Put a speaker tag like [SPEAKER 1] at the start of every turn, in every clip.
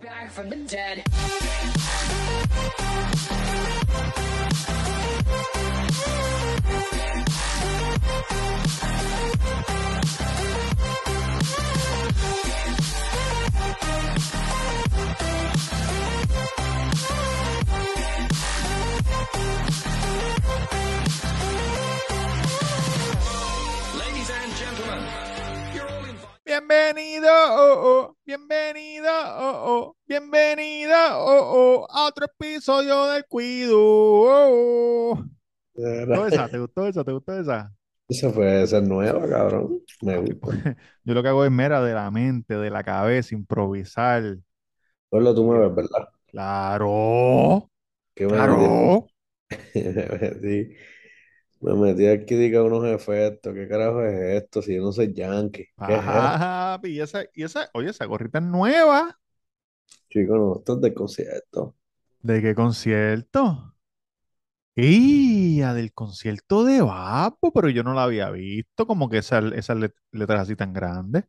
[SPEAKER 1] back from the dead.
[SPEAKER 2] Bienvenido, oh, oh, bienvenido, oh, oh, bienvenido, oh, oh, a otro episodio del Cuido. Oh, oh. ¿Te
[SPEAKER 3] De
[SPEAKER 2] gustó
[SPEAKER 3] verdad,
[SPEAKER 2] esa? ¿Te gustó esa? ¿Te gustó esa?
[SPEAKER 3] esa fue, esa es nueva, cabrón. Me gusta.
[SPEAKER 2] Yo lo que hago es mera de la mente, de la cabeza, improvisar.
[SPEAKER 3] Solo tú mueves, ¿verdad?
[SPEAKER 2] Claro,
[SPEAKER 3] Que me
[SPEAKER 2] claro.
[SPEAKER 3] metí, me metí, me metí aquí, diga unos efectos. ¿Qué carajo es esto? Si yo no soy yankee. ¿Qué es esto,
[SPEAKER 2] Papi, y esa, y esa, oye, esa gorrita es nueva.
[SPEAKER 3] chico? No, esto es del concierto.
[SPEAKER 2] ¿De qué concierto? ¡Ella! Del concierto de Vapo, pero yo no la había visto, como que esas esas let- letras así tan grandes.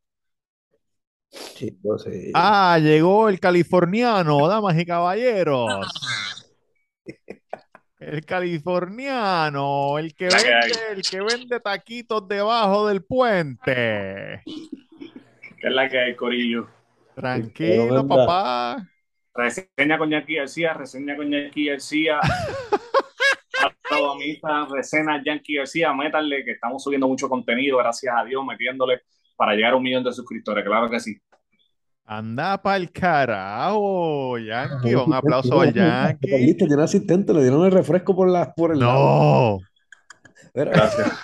[SPEAKER 3] Chico, sí.
[SPEAKER 2] Ah, llegó el californiano, damas y caballeros. El californiano, el que
[SPEAKER 4] La que hay.
[SPEAKER 2] vende, el que vende taquitos debajo del puente.
[SPEAKER 4] que es la que hay, Corillo.
[SPEAKER 2] Tranquilo,
[SPEAKER 3] venda.
[SPEAKER 2] papá.
[SPEAKER 4] Reseña Coñaki García, reseña Coñaki García. Misa, reseña Yankee García, métanle que estamos subiendo mucho contenido, gracias a Dios, metiéndole para llegar a un millón de suscriptores, claro que sí.
[SPEAKER 2] Anda pa'l carajo, Yankee. Un aplauso al Yankee.
[SPEAKER 3] Viste, tiene asistente, le dieron el refresco por, la, por el lado.
[SPEAKER 2] No.
[SPEAKER 3] Mira,
[SPEAKER 4] Gracias.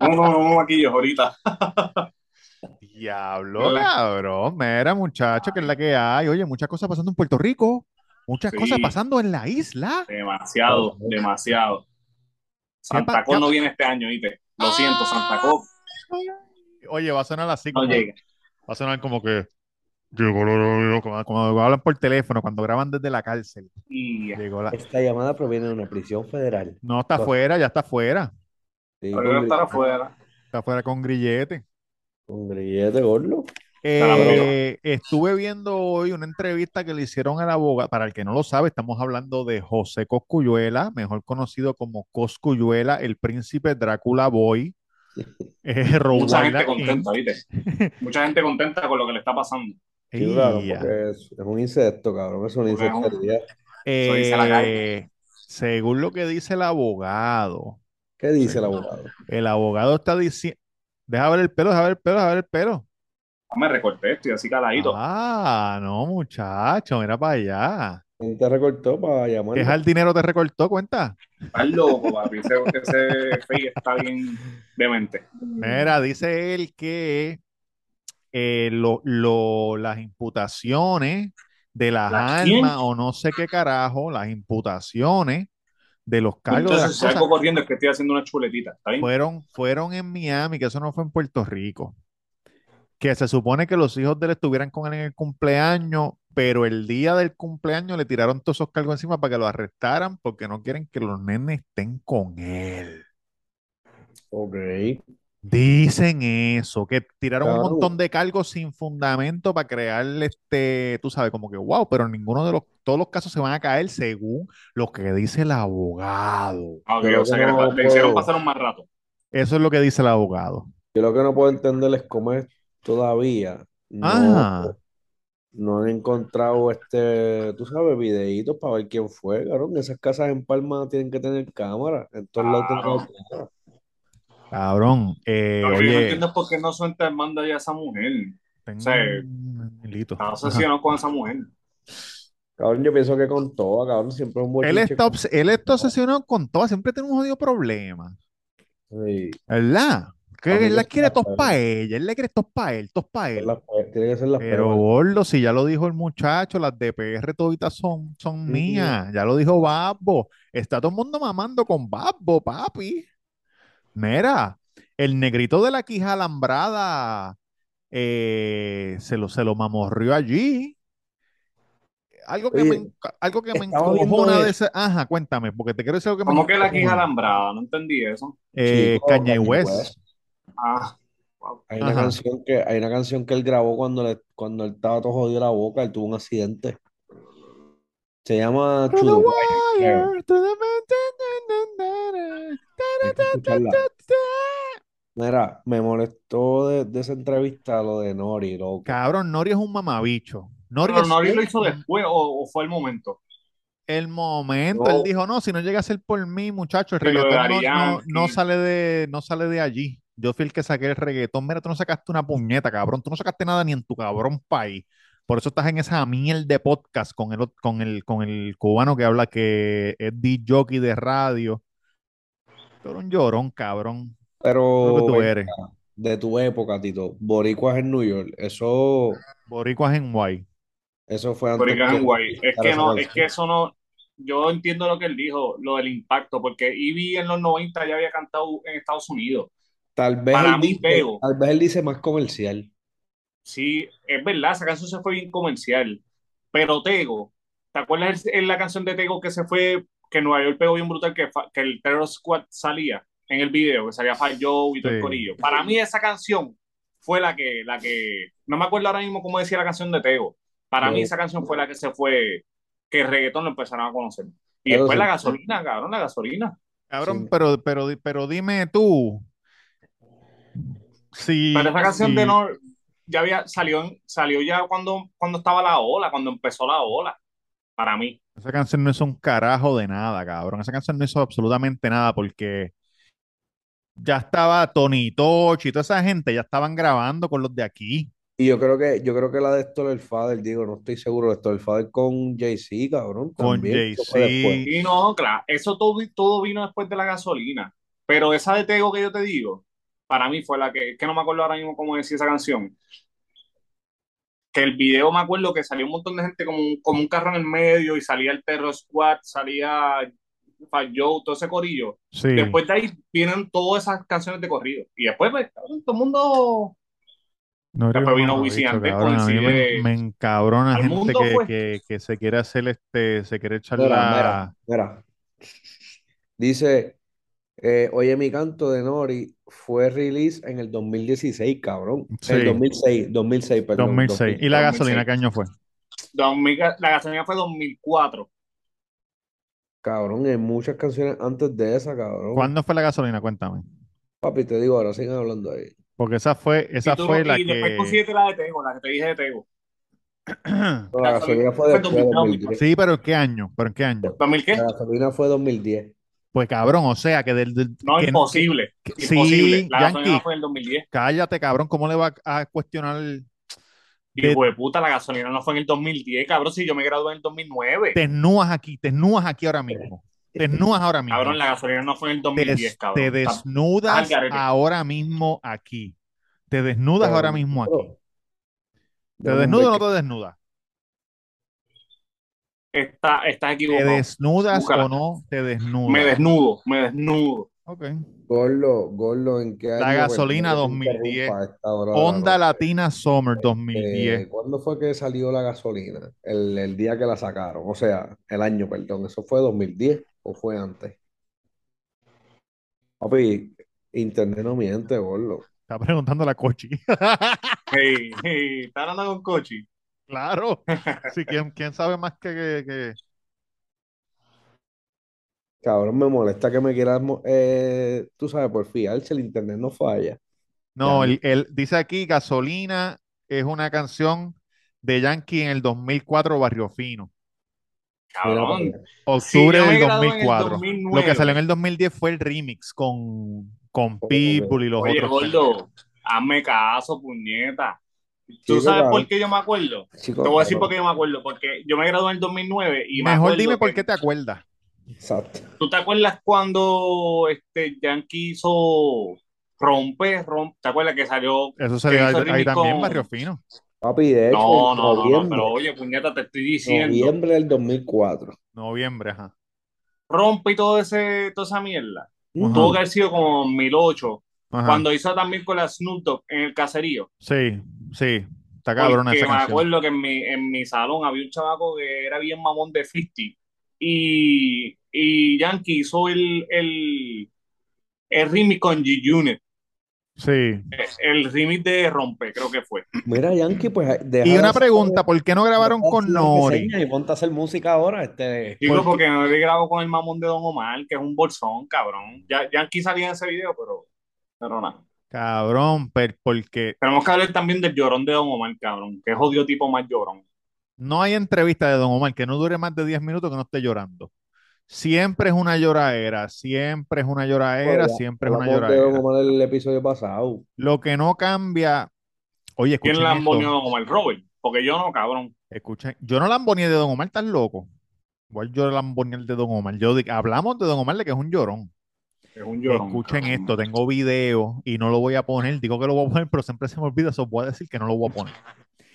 [SPEAKER 4] Vamos, vamos, vamos aquí, ahorita.
[SPEAKER 2] Diablo,
[SPEAKER 4] Hola.
[SPEAKER 2] cabrón. Mira, muchacho, que es la que hay. Oye, muchas cosas pasando en Puerto Rico. Muchas
[SPEAKER 4] Sí.
[SPEAKER 2] cosas pasando en la isla.
[SPEAKER 4] Demasiado, demasiado.
[SPEAKER 2] Ya pa-
[SPEAKER 4] Santa
[SPEAKER 2] ya-
[SPEAKER 4] Cop no viene este año, ¿viste? Lo siento, Santa Cop
[SPEAKER 2] Oye, va a sonar así
[SPEAKER 4] no
[SPEAKER 2] como,
[SPEAKER 4] llega.
[SPEAKER 2] va a sonar como que llegó la- la- la- como, como hablan por teléfono cuando graban desde la cárcel.
[SPEAKER 4] Y
[SPEAKER 2] Llegó la-
[SPEAKER 3] Esta llamada proviene de una prisión federal.
[SPEAKER 2] No, está
[SPEAKER 3] Cosa.
[SPEAKER 2] afuera, ya está afuera.
[SPEAKER 3] Sí,
[SPEAKER 4] pero no
[SPEAKER 3] con,
[SPEAKER 4] estar
[SPEAKER 3] gri-
[SPEAKER 4] afuera.
[SPEAKER 2] Está afuera con grillete.
[SPEAKER 3] con grillete, gordo.
[SPEAKER 2] Eh, estuve viendo hoy una entrevista que le hicieron al abogado, para el que no lo sabe, estamos hablando de José Cosculluela, mejor conocido como Cosculluela, el príncipe Drácula Boy, eh, Rhode
[SPEAKER 4] Mucha gente
[SPEAKER 2] Island
[SPEAKER 4] contenta, ¿viste? Mucha gente contenta con lo que le está pasando.
[SPEAKER 2] Inn.
[SPEAKER 3] Sí, claro,
[SPEAKER 2] Ea.
[SPEAKER 3] porque es, es un insecto, cabrón. Es una
[SPEAKER 4] Porque es un-
[SPEAKER 3] insectería.
[SPEAKER 4] Eso dice la carta.
[SPEAKER 2] Eh, según lo que dice el abogado,
[SPEAKER 3] ¿Qué dice el abogado?
[SPEAKER 2] el abogado está diciendo, deja ver el pelo, deja ver el pelo, deja ver el pelo.
[SPEAKER 4] No me recorté, estoy así caladito.
[SPEAKER 2] Ah, no, muchacho, mira para allá.
[SPEAKER 3] ¿Quién te recortó para llamar?
[SPEAKER 2] ¿Qué el dinero te recortó, cuenta?
[SPEAKER 4] Estás loco, papi. Ese, ese fey está bien demente. Mm.
[SPEAKER 2] Mira, dice él que eh, lo- lo- las imputaciones de las
[SPEAKER 4] ¿Las quién?
[SPEAKER 2] armas o no sé qué carajo, las imputaciones de los cargos de
[SPEAKER 4] Entonces,
[SPEAKER 2] las
[SPEAKER 4] si salgo
[SPEAKER 2] cosas Pues,
[SPEAKER 4] corriendo es que estoy haciendo una chuletita. ¿Está bien?
[SPEAKER 2] fueron, fueron en Miami, que eso no fue en Puerto Rico. Que se supone que los hijos de él estuvieran con él en el cumpleaños, pero el día del cumpleaños le tiraron todos esos cargos encima para que lo arrestaran porque no quieren que los nenes estén con él.
[SPEAKER 3] Ok.
[SPEAKER 2] Dicen eso, que tiraron un
[SPEAKER 3] Claro.
[SPEAKER 2] montón de cargos sin fundamento para crear este, tú sabes, como que wow, pero ninguno de los, todos los casos se van a caer según lo que dice el abogado.
[SPEAKER 4] Ah, ok,
[SPEAKER 3] Pero
[SPEAKER 4] o sea
[SPEAKER 3] que
[SPEAKER 4] que le-
[SPEAKER 3] no
[SPEAKER 4] le, hicieron
[SPEAKER 3] puedo.
[SPEAKER 4] pasar un mal rato.
[SPEAKER 2] Eh, Eso es lo que dice el abogado.
[SPEAKER 3] Yo lo que no puedo entender es cómo es todavía. No,
[SPEAKER 2] Ajá.
[SPEAKER 3] no he encontrado este, tú sabes, videitos para ver quién fue, cabrón. Esas casas en Palma tienen que tener cámara. En todos lados tienen que
[SPEAKER 2] Ah,
[SPEAKER 4] Claro.
[SPEAKER 3] haber cámara.
[SPEAKER 2] Cabrón, eh,
[SPEAKER 4] Lo que yo no
[SPEAKER 2] oye,
[SPEAKER 4] entiendo es por qué no suelta el mando ya a esa mujer.
[SPEAKER 2] tengo
[SPEAKER 4] sí.
[SPEAKER 2] un hilito.
[SPEAKER 4] Está
[SPEAKER 2] Ajá.
[SPEAKER 4] obsesionado con esa mujer.
[SPEAKER 3] Cabrón, yo pienso que con todo, cabrón, siempre es un
[SPEAKER 2] Él
[SPEAKER 3] bochinche.
[SPEAKER 2] está, obs- él está obsesionado con todo, siempre tiene un jodido problema,
[SPEAKER 3] Sí,
[SPEAKER 2] ¿verdad?
[SPEAKER 3] A mí
[SPEAKER 2] Que él
[SPEAKER 3] me
[SPEAKER 2] la quiere
[SPEAKER 3] encanta,
[SPEAKER 2] todos para ella, él le quiere todos para él, todos para
[SPEAKER 3] son
[SPEAKER 2] él.
[SPEAKER 3] las pe- tiene que ser las
[SPEAKER 2] Pero
[SPEAKER 3] peores.
[SPEAKER 2] gordo, si ya lo dijo el muchacho, las DPR toditas son, son
[SPEAKER 3] Ujú.
[SPEAKER 2] mías, ya lo dijo Babbo, está todo el mundo mamando con Babbo, papi. Mira, el negrito de la quija alambrada eh, se lo, se lo mamorrió allí. Algo que me,
[SPEAKER 3] Oye,
[SPEAKER 2] enca- algo que me
[SPEAKER 3] estaba viendo
[SPEAKER 2] encojona de
[SPEAKER 3] eso.
[SPEAKER 2] ese- Ajá, cuéntame, porque te quiero decir algo que me
[SPEAKER 4] ¿Cómo que la quija
[SPEAKER 2] encojona.
[SPEAKER 4] alambrada? No entendí eso.
[SPEAKER 2] Eh,
[SPEAKER 3] Chico,
[SPEAKER 2] Kanye
[SPEAKER 3] Kanye
[SPEAKER 2] West.
[SPEAKER 3] West.
[SPEAKER 4] Ah, Wow.
[SPEAKER 3] Hay una
[SPEAKER 2] Ajá.
[SPEAKER 3] canción que, hay una canción que él grabó cuando, le- cuando él estaba todo jodido de la boca, él tuvo un accidente. Se llama
[SPEAKER 2] Through
[SPEAKER 3] To
[SPEAKER 2] the
[SPEAKER 3] the Wire, creo.
[SPEAKER 2] wire, through the mountain,
[SPEAKER 3] Hay que escucharla. Mira, me molestó de, de esa entrevista lo de Nori, loco.
[SPEAKER 2] Cabrón, Nori es un mamabicho. Nori
[SPEAKER 4] Pero
[SPEAKER 2] es
[SPEAKER 4] Nori lo
[SPEAKER 2] un
[SPEAKER 4] hizo después o, o fue el momento.
[SPEAKER 2] El momento, él
[SPEAKER 3] No,
[SPEAKER 2] dijo, no, si no llega a ser por mí, muchacho, el
[SPEAKER 4] Y lo de
[SPEAKER 2] reggaetón no,
[SPEAKER 4] Daddy
[SPEAKER 2] no, no
[SPEAKER 4] Yankee.
[SPEAKER 2] sale de, no sale de allí. Yo fui el que saqué el reggaetón. Mira, tú no sacaste una puñeta, cabrón. Tú no sacaste nada ni en tu cabrón país. Por eso estás en esa miel de podcast con el, ot- con el, con el cubano que habla que es disc jockey de radio. Tú eres un llorón, cabrón. Eso es lo que
[SPEAKER 3] Pero
[SPEAKER 2] tú
[SPEAKER 3] ven
[SPEAKER 2] eres.
[SPEAKER 3] acá, de tu época, Tito, Boricuas en New York, eso,
[SPEAKER 2] Boricuas en guay.
[SPEAKER 3] eso fue
[SPEAKER 4] Pero
[SPEAKER 3] antes que
[SPEAKER 4] Iván Guay, es
[SPEAKER 3] escuchar
[SPEAKER 4] que
[SPEAKER 3] esa
[SPEAKER 4] no, es que
[SPEAKER 3] canción.
[SPEAKER 4] eso no, yo entiendo lo que él dijo, lo del impacto, porque Ivy en los 90 ya había cantado en Estados Unidos.
[SPEAKER 3] Tal vez
[SPEAKER 4] Para
[SPEAKER 3] él
[SPEAKER 4] mí,
[SPEAKER 3] dice,
[SPEAKER 4] pego.
[SPEAKER 3] tal vez él dice más comercial.
[SPEAKER 4] Sí, es verdad, esa canción se fue bien comercial. Pero Tego, ¿te acuerdas el- el- la canción de Tego que se fue, que en Nueva York pegó bien brutal, que, fa- que el Terror Squad salía en el video, que salía Fat Joe y todo el
[SPEAKER 2] Sí.
[SPEAKER 4] corillo? Para mí esa canción fue la que, la que, no me acuerdo ahora mismo cómo decía la canción de Tego. Para mí
[SPEAKER 3] Yo,
[SPEAKER 4] esa canción fue la que se fue, que el reggaetón lo empezaron a conocer. Y
[SPEAKER 3] claro,
[SPEAKER 4] después la
[SPEAKER 3] sin,
[SPEAKER 4] gasolina, cabrón, la gasolina.
[SPEAKER 2] Cabrón,
[SPEAKER 3] sin-
[SPEAKER 2] pero, pero, di- pero dime tú,
[SPEAKER 4] Pero
[SPEAKER 2] si,
[SPEAKER 4] esa canción de
[SPEAKER 2] si,
[SPEAKER 4] No, ya había, salió, en- salió ya cuando, cuando estaba la ola, cuando empezó la ola, para mí.
[SPEAKER 2] Esa canción no hizo un carajo de nada, cabrón. Esa canción no hizo absolutamente nada porque ya estaba Tony Toch y toda esa gente, ya estaban grabando con los de aquí.
[SPEAKER 3] Y yo creo que, yo creo que la de Héctor el Father, digo, no estoy seguro, Héctor el Father con Jay-Z, cabrón,
[SPEAKER 2] Con
[SPEAKER 3] también, eso fue después.
[SPEAKER 2] Jay-Z,
[SPEAKER 4] Y no, claro, eso todo, todo vino después de la gasolina. Pero esa de Tego que yo te digo, para mí fue la que, es que no me acuerdo ahora mismo cómo decía esa canción. Que el video me acuerdo que salió un montón de gente como un, como un carro en el medio y salía el Terror Squad, salía Fat Joe, todo ese corillo.
[SPEAKER 2] sí.
[SPEAKER 4] Después de ahí vienen todas esas canciones de corrido. Y después, pues, cabrón, todo el mundo.
[SPEAKER 2] No eres
[SPEAKER 4] Después
[SPEAKER 2] un
[SPEAKER 4] vino Wisin y
[SPEAKER 2] mamabicho,
[SPEAKER 4] Yandel
[SPEAKER 2] cabrón.
[SPEAKER 4] con el
[SPEAKER 2] A mí
[SPEAKER 4] CD
[SPEAKER 2] me,
[SPEAKER 4] de
[SPEAKER 2] me encabrona
[SPEAKER 4] Al
[SPEAKER 2] gente
[SPEAKER 4] Mundo pues.
[SPEAKER 2] que,
[SPEAKER 4] Opuesto.
[SPEAKER 2] que, que se quiere hacer este, se quiere echar
[SPEAKER 3] Mira, mira,
[SPEAKER 2] la...
[SPEAKER 3] mira. Dice, eh, Oye, mi canto de Nori fue release en el 2016, cabrón. El
[SPEAKER 2] Sí,
[SPEAKER 3] 2006, 2006, perdón,
[SPEAKER 2] 2006. ¿Y la
[SPEAKER 3] 2006.
[SPEAKER 2] gasolina
[SPEAKER 4] 2006.
[SPEAKER 2] qué año fue?
[SPEAKER 4] 2000 la gasolina fue 2004.
[SPEAKER 3] Cabrón, hay muchas canciones antes de esa, cabrón.
[SPEAKER 2] ¿Cuándo fue la gasolina? Cuéntame.
[SPEAKER 3] Papi, te digo, ahora siguen hablando ahí.
[SPEAKER 2] Porque esa fue,
[SPEAKER 4] Y,
[SPEAKER 2] esa
[SPEAKER 4] tú no-
[SPEAKER 2] fue la
[SPEAKER 4] y después
[SPEAKER 2] que...
[SPEAKER 4] consíguete la de Tego, la que te dije de Tego.
[SPEAKER 3] No,
[SPEAKER 4] La
[SPEAKER 3] la
[SPEAKER 4] gasolina
[SPEAKER 3] gasolina fue
[SPEAKER 4] fue en
[SPEAKER 3] después, 2010.
[SPEAKER 4] 2003, 2004.
[SPEAKER 2] Sí, pero ¿en qué año? ¿Pero en qué año?
[SPEAKER 4] ¿2000
[SPEAKER 3] La
[SPEAKER 4] qué?
[SPEAKER 3] gasolina fue 2010.
[SPEAKER 2] Pues cabrón, o sea, que del, del-
[SPEAKER 4] No,
[SPEAKER 2] que, que-
[SPEAKER 4] imposible.
[SPEAKER 2] que-
[SPEAKER 4] Imposible.
[SPEAKER 2] sí,
[SPEAKER 4] La gasolina
[SPEAKER 2] Yankee,
[SPEAKER 4] fue en el 2010.
[SPEAKER 2] cállate, cabrón, ¿cómo le va a cuestionar el- de
[SPEAKER 4] Hijo de puta, la gasolina no fue en el 2010, cabrón. Si yo me gradué en el 2009.
[SPEAKER 2] te desnudas aquí, te desnudas aquí ahora mismo? Te desnudas ahora
[SPEAKER 4] Cabrón,
[SPEAKER 2] mismo.
[SPEAKER 4] la gasolina no fue en el
[SPEAKER 2] Te,
[SPEAKER 4] 2010,
[SPEAKER 2] des- te
[SPEAKER 4] cabrón. Estás estás al
[SPEAKER 2] desnudas
[SPEAKER 4] garete.
[SPEAKER 2] ahora mismo aquí. Te desnudas ahora
[SPEAKER 3] Cabrón,
[SPEAKER 2] mismo aquí.
[SPEAKER 3] pero
[SPEAKER 2] ¿Te
[SPEAKER 3] déjame
[SPEAKER 2] desnudas o
[SPEAKER 3] ver
[SPEAKER 2] no
[SPEAKER 3] qué.
[SPEAKER 2] te desnudas?
[SPEAKER 4] Está- estás
[SPEAKER 2] ¿Te
[SPEAKER 4] equivocado.
[SPEAKER 2] desnudas o
[SPEAKER 4] Búscala.
[SPEAKER 2] no te
[SPEAKER 4] Me
[SPEAKER 2] desnudas?
[SPEAKER 4] desnudo, me desnudo.
[SPEAKER 2] Ok.
[SPEAKER 3] Gorlo, Gorlo, ¿en qué
[SPEAKER 2] La
[SPEAKER 3] año? Perdón
[SPEAKER 2] gasolina
[SPEAKER 3] que te
[SPEAKER 2] 2010.
[SPEAKER 3] interrumpa a esta hora de la
[SPEAKER 2] Honda
[SPEAKER 3] noche.
[SPEAKER 2] Latina Summer 2010.
[SPEAKER 3] Eh, ¿cuándo fue que salió la gasolina? El, el día que la sacaron, o sea, el año, perdón, ¿eso fue 2010 o fue antes? Papi, internet no miente, gordo.
[SPEAKER 2] Está preguntando la cochi.
[SPEAKER 4] Hey, hey, ¿estás hablando con Cochi?
[SPEAKER 2] Claro. Sí, ¿quién, quién sabe más que, que- que-
[SPEAKER 3] Cabrón, me molesta que me quieras, mo- eh, tú sabes, por fiarse, el internet no falla. Ya
[SPEAKER 2] No,
[SPEAKER 3] me-
[SPEAKER 2] él, él dice aquí, Gasolina es una canción de Yankee en el 2004, Barrio Fino.
[SPEAKER 3] mira para
[SPEAKER 4] Cabrón,
[SPEAKER 3] allá.
[SPEAKER 4] si
[SPEAKER 2] Octubre
[SPEAKER 4] yo
[SPEAKER 2] del
[SPEAKER 4] me gradué en el
[SPEAKER 2] 2004. Lo que salió en
[SPEAKER 4] 2009,
[SPEAKER 2] el 2010 fue el remix con, con
[SPEAKER 3] Como que,
[SPEAKER 2] Pitbull y los
[SPEAKER 4] oye,
[SPEAKER 2] otros temas.
[SPEAKER 4] gordo, hazme caso, puñeta. ¿Tú
[SPEAKER 3] chico,
[SPEAKER 4] sabes por
[SPEAKER 3] cabrón,
[SPEAKER 4] qué yo me acuerdo? Te
[SPEAKER 3] chico,
[SPEAKER 4] voy a decir
[SPEAKER 3] cabrón,
[SPEAKER 4] por qué yo me acuerdo, porque yo me gradué en el 2009 y me
[SPEAKER 2] Mejor dime
[SPEAKER 4] acuerdo
[SPEAKER 2] por qué
[SPEAKER 4] que,
[SPEAKER 2] te acuerdas.
[SPEAKER 3] exacto.
[SPEAKER 4] ¿tú te acuerdas cuando este Yankee hizo Rompe, Rompe? ¿Te acuerdas que
[SPEAKER 3] Eh,
[SPEAKER 4] salió,
[SPEAKER 2] Eso
[SPEAKER 4] que
[SPEAKER 2] salió ahí,
[SPEAKER 4] hizo
[SPEAKER 2] ahí
[SPEAKER 4] remix
[SPEAKER 2] también, Barrio
[SPEAKER 4] con...
[SPEAKER 2] Fino.
[SPEAKER 3] Papi, de hecho, en
[SPEAKER 4] No, no, no, no, pero
[SPEAKER 3] noviembre,
[SPEAKER 4] oye, puñeta, te estoy diciendo,
[SPEAKER 3] noviembre del 2004.
[SPEAKER 2] Noviembre, ajá.
[SPEAKER 4] Rompe y todo ese, toda esa mierda. Tuvo
[SPEAKER 2] Ajá,
[SPEAKER 4] que haber sido como en 2008,
[SPEAKER 2] ajá.
[SPEAKER 4] cuando hizo también con la Snoop Dogg en el caserío.
[SPEAKER 2] Sí, sí. Está cabrona
[SPEAKER 4] Porque
[SPEAKER 2] esa
[SPEAKER 4] me
[SPEAKER 2] canción.
[SPEAKER 4] acuerdo que en mi, en mi salón había un chavaco que era bien mamón de 50 y, y Yankee hizo el, el, el remix con G-Unit.
[SPEAKER 2] Sí.
[SPEAKER 4] El remix de Rompe, creo que fue.
[SPEAKER 3] Mira, Yankee, pues deja
[SPEAKER 2] Y
[SPEAKER 3] de
[SPEAKER 2] una
[SPEAKER 3] hacer-
[SPEAKER 2] pregunta, ¿por qué no grabaron
[SPEAKER 3] deja de
[SPEAKER 2] con
[SPEAKER 3] hacer
[SPEAKER 2] Nori?
[SPEAKER 3] reseñas Y ponte a hacer música ahora. Este,
[SPEAKER 4] Digo,
[SPEAKER 2] Porque-
[SPEAKER 4] porque me había grabado con el mamón de Don Omar, que es un bolsón, cabrón. Ya, Yankee salía en ese video, pero, pero nada.
[SPEAKER 2] Cabrón, per- porque
[SPEAKER 4] Tenemos que hablar también del llorón de Don Omar, cabrón. Que jodido tipo más llorón.
[SPEAKER 2] no hay entrevista de Don Omar que no dure más de 10 minutos que no esté llorando. Siempre es una lloradera, siempre es una lloradera,
[SPEAKER 3] Bueno,
[SPEAKER 2] siempre es una
[SPEAKER 3] hablamos de Don
[SPEAKER 2] lloradera.
[SPEAKER 3] Omar en el episodio pasado.
[SPEAKER 2] Lo que no cambia, oye,
[SPEAKER 4] ¿Quién
[SPEAKER 2] escuchen
[SPEAKER 4] la han
[SPEAKER 2] esto,
[SPEAKER 4] ponido a Don Omar? Robert. Porque yo no, cabrón.
[SPEAKER 2] escuchen, yo no lamboneé de Don Omar, estás loco. Igual yo lamboneé el de Don Omar. Yo di- hablamos de Don Omar de que es un llorón.
[SPEAKER 4] Es un llorón.
[SPEAKER 2] Escuchen
[SPEAKER 4] cabrón.
[SPEAKER 2] esto, tengo video y no lo voy a poner, digo que lo voy a poner, pero siempre se me olvida, eso voy a decir que no lo voy a poner.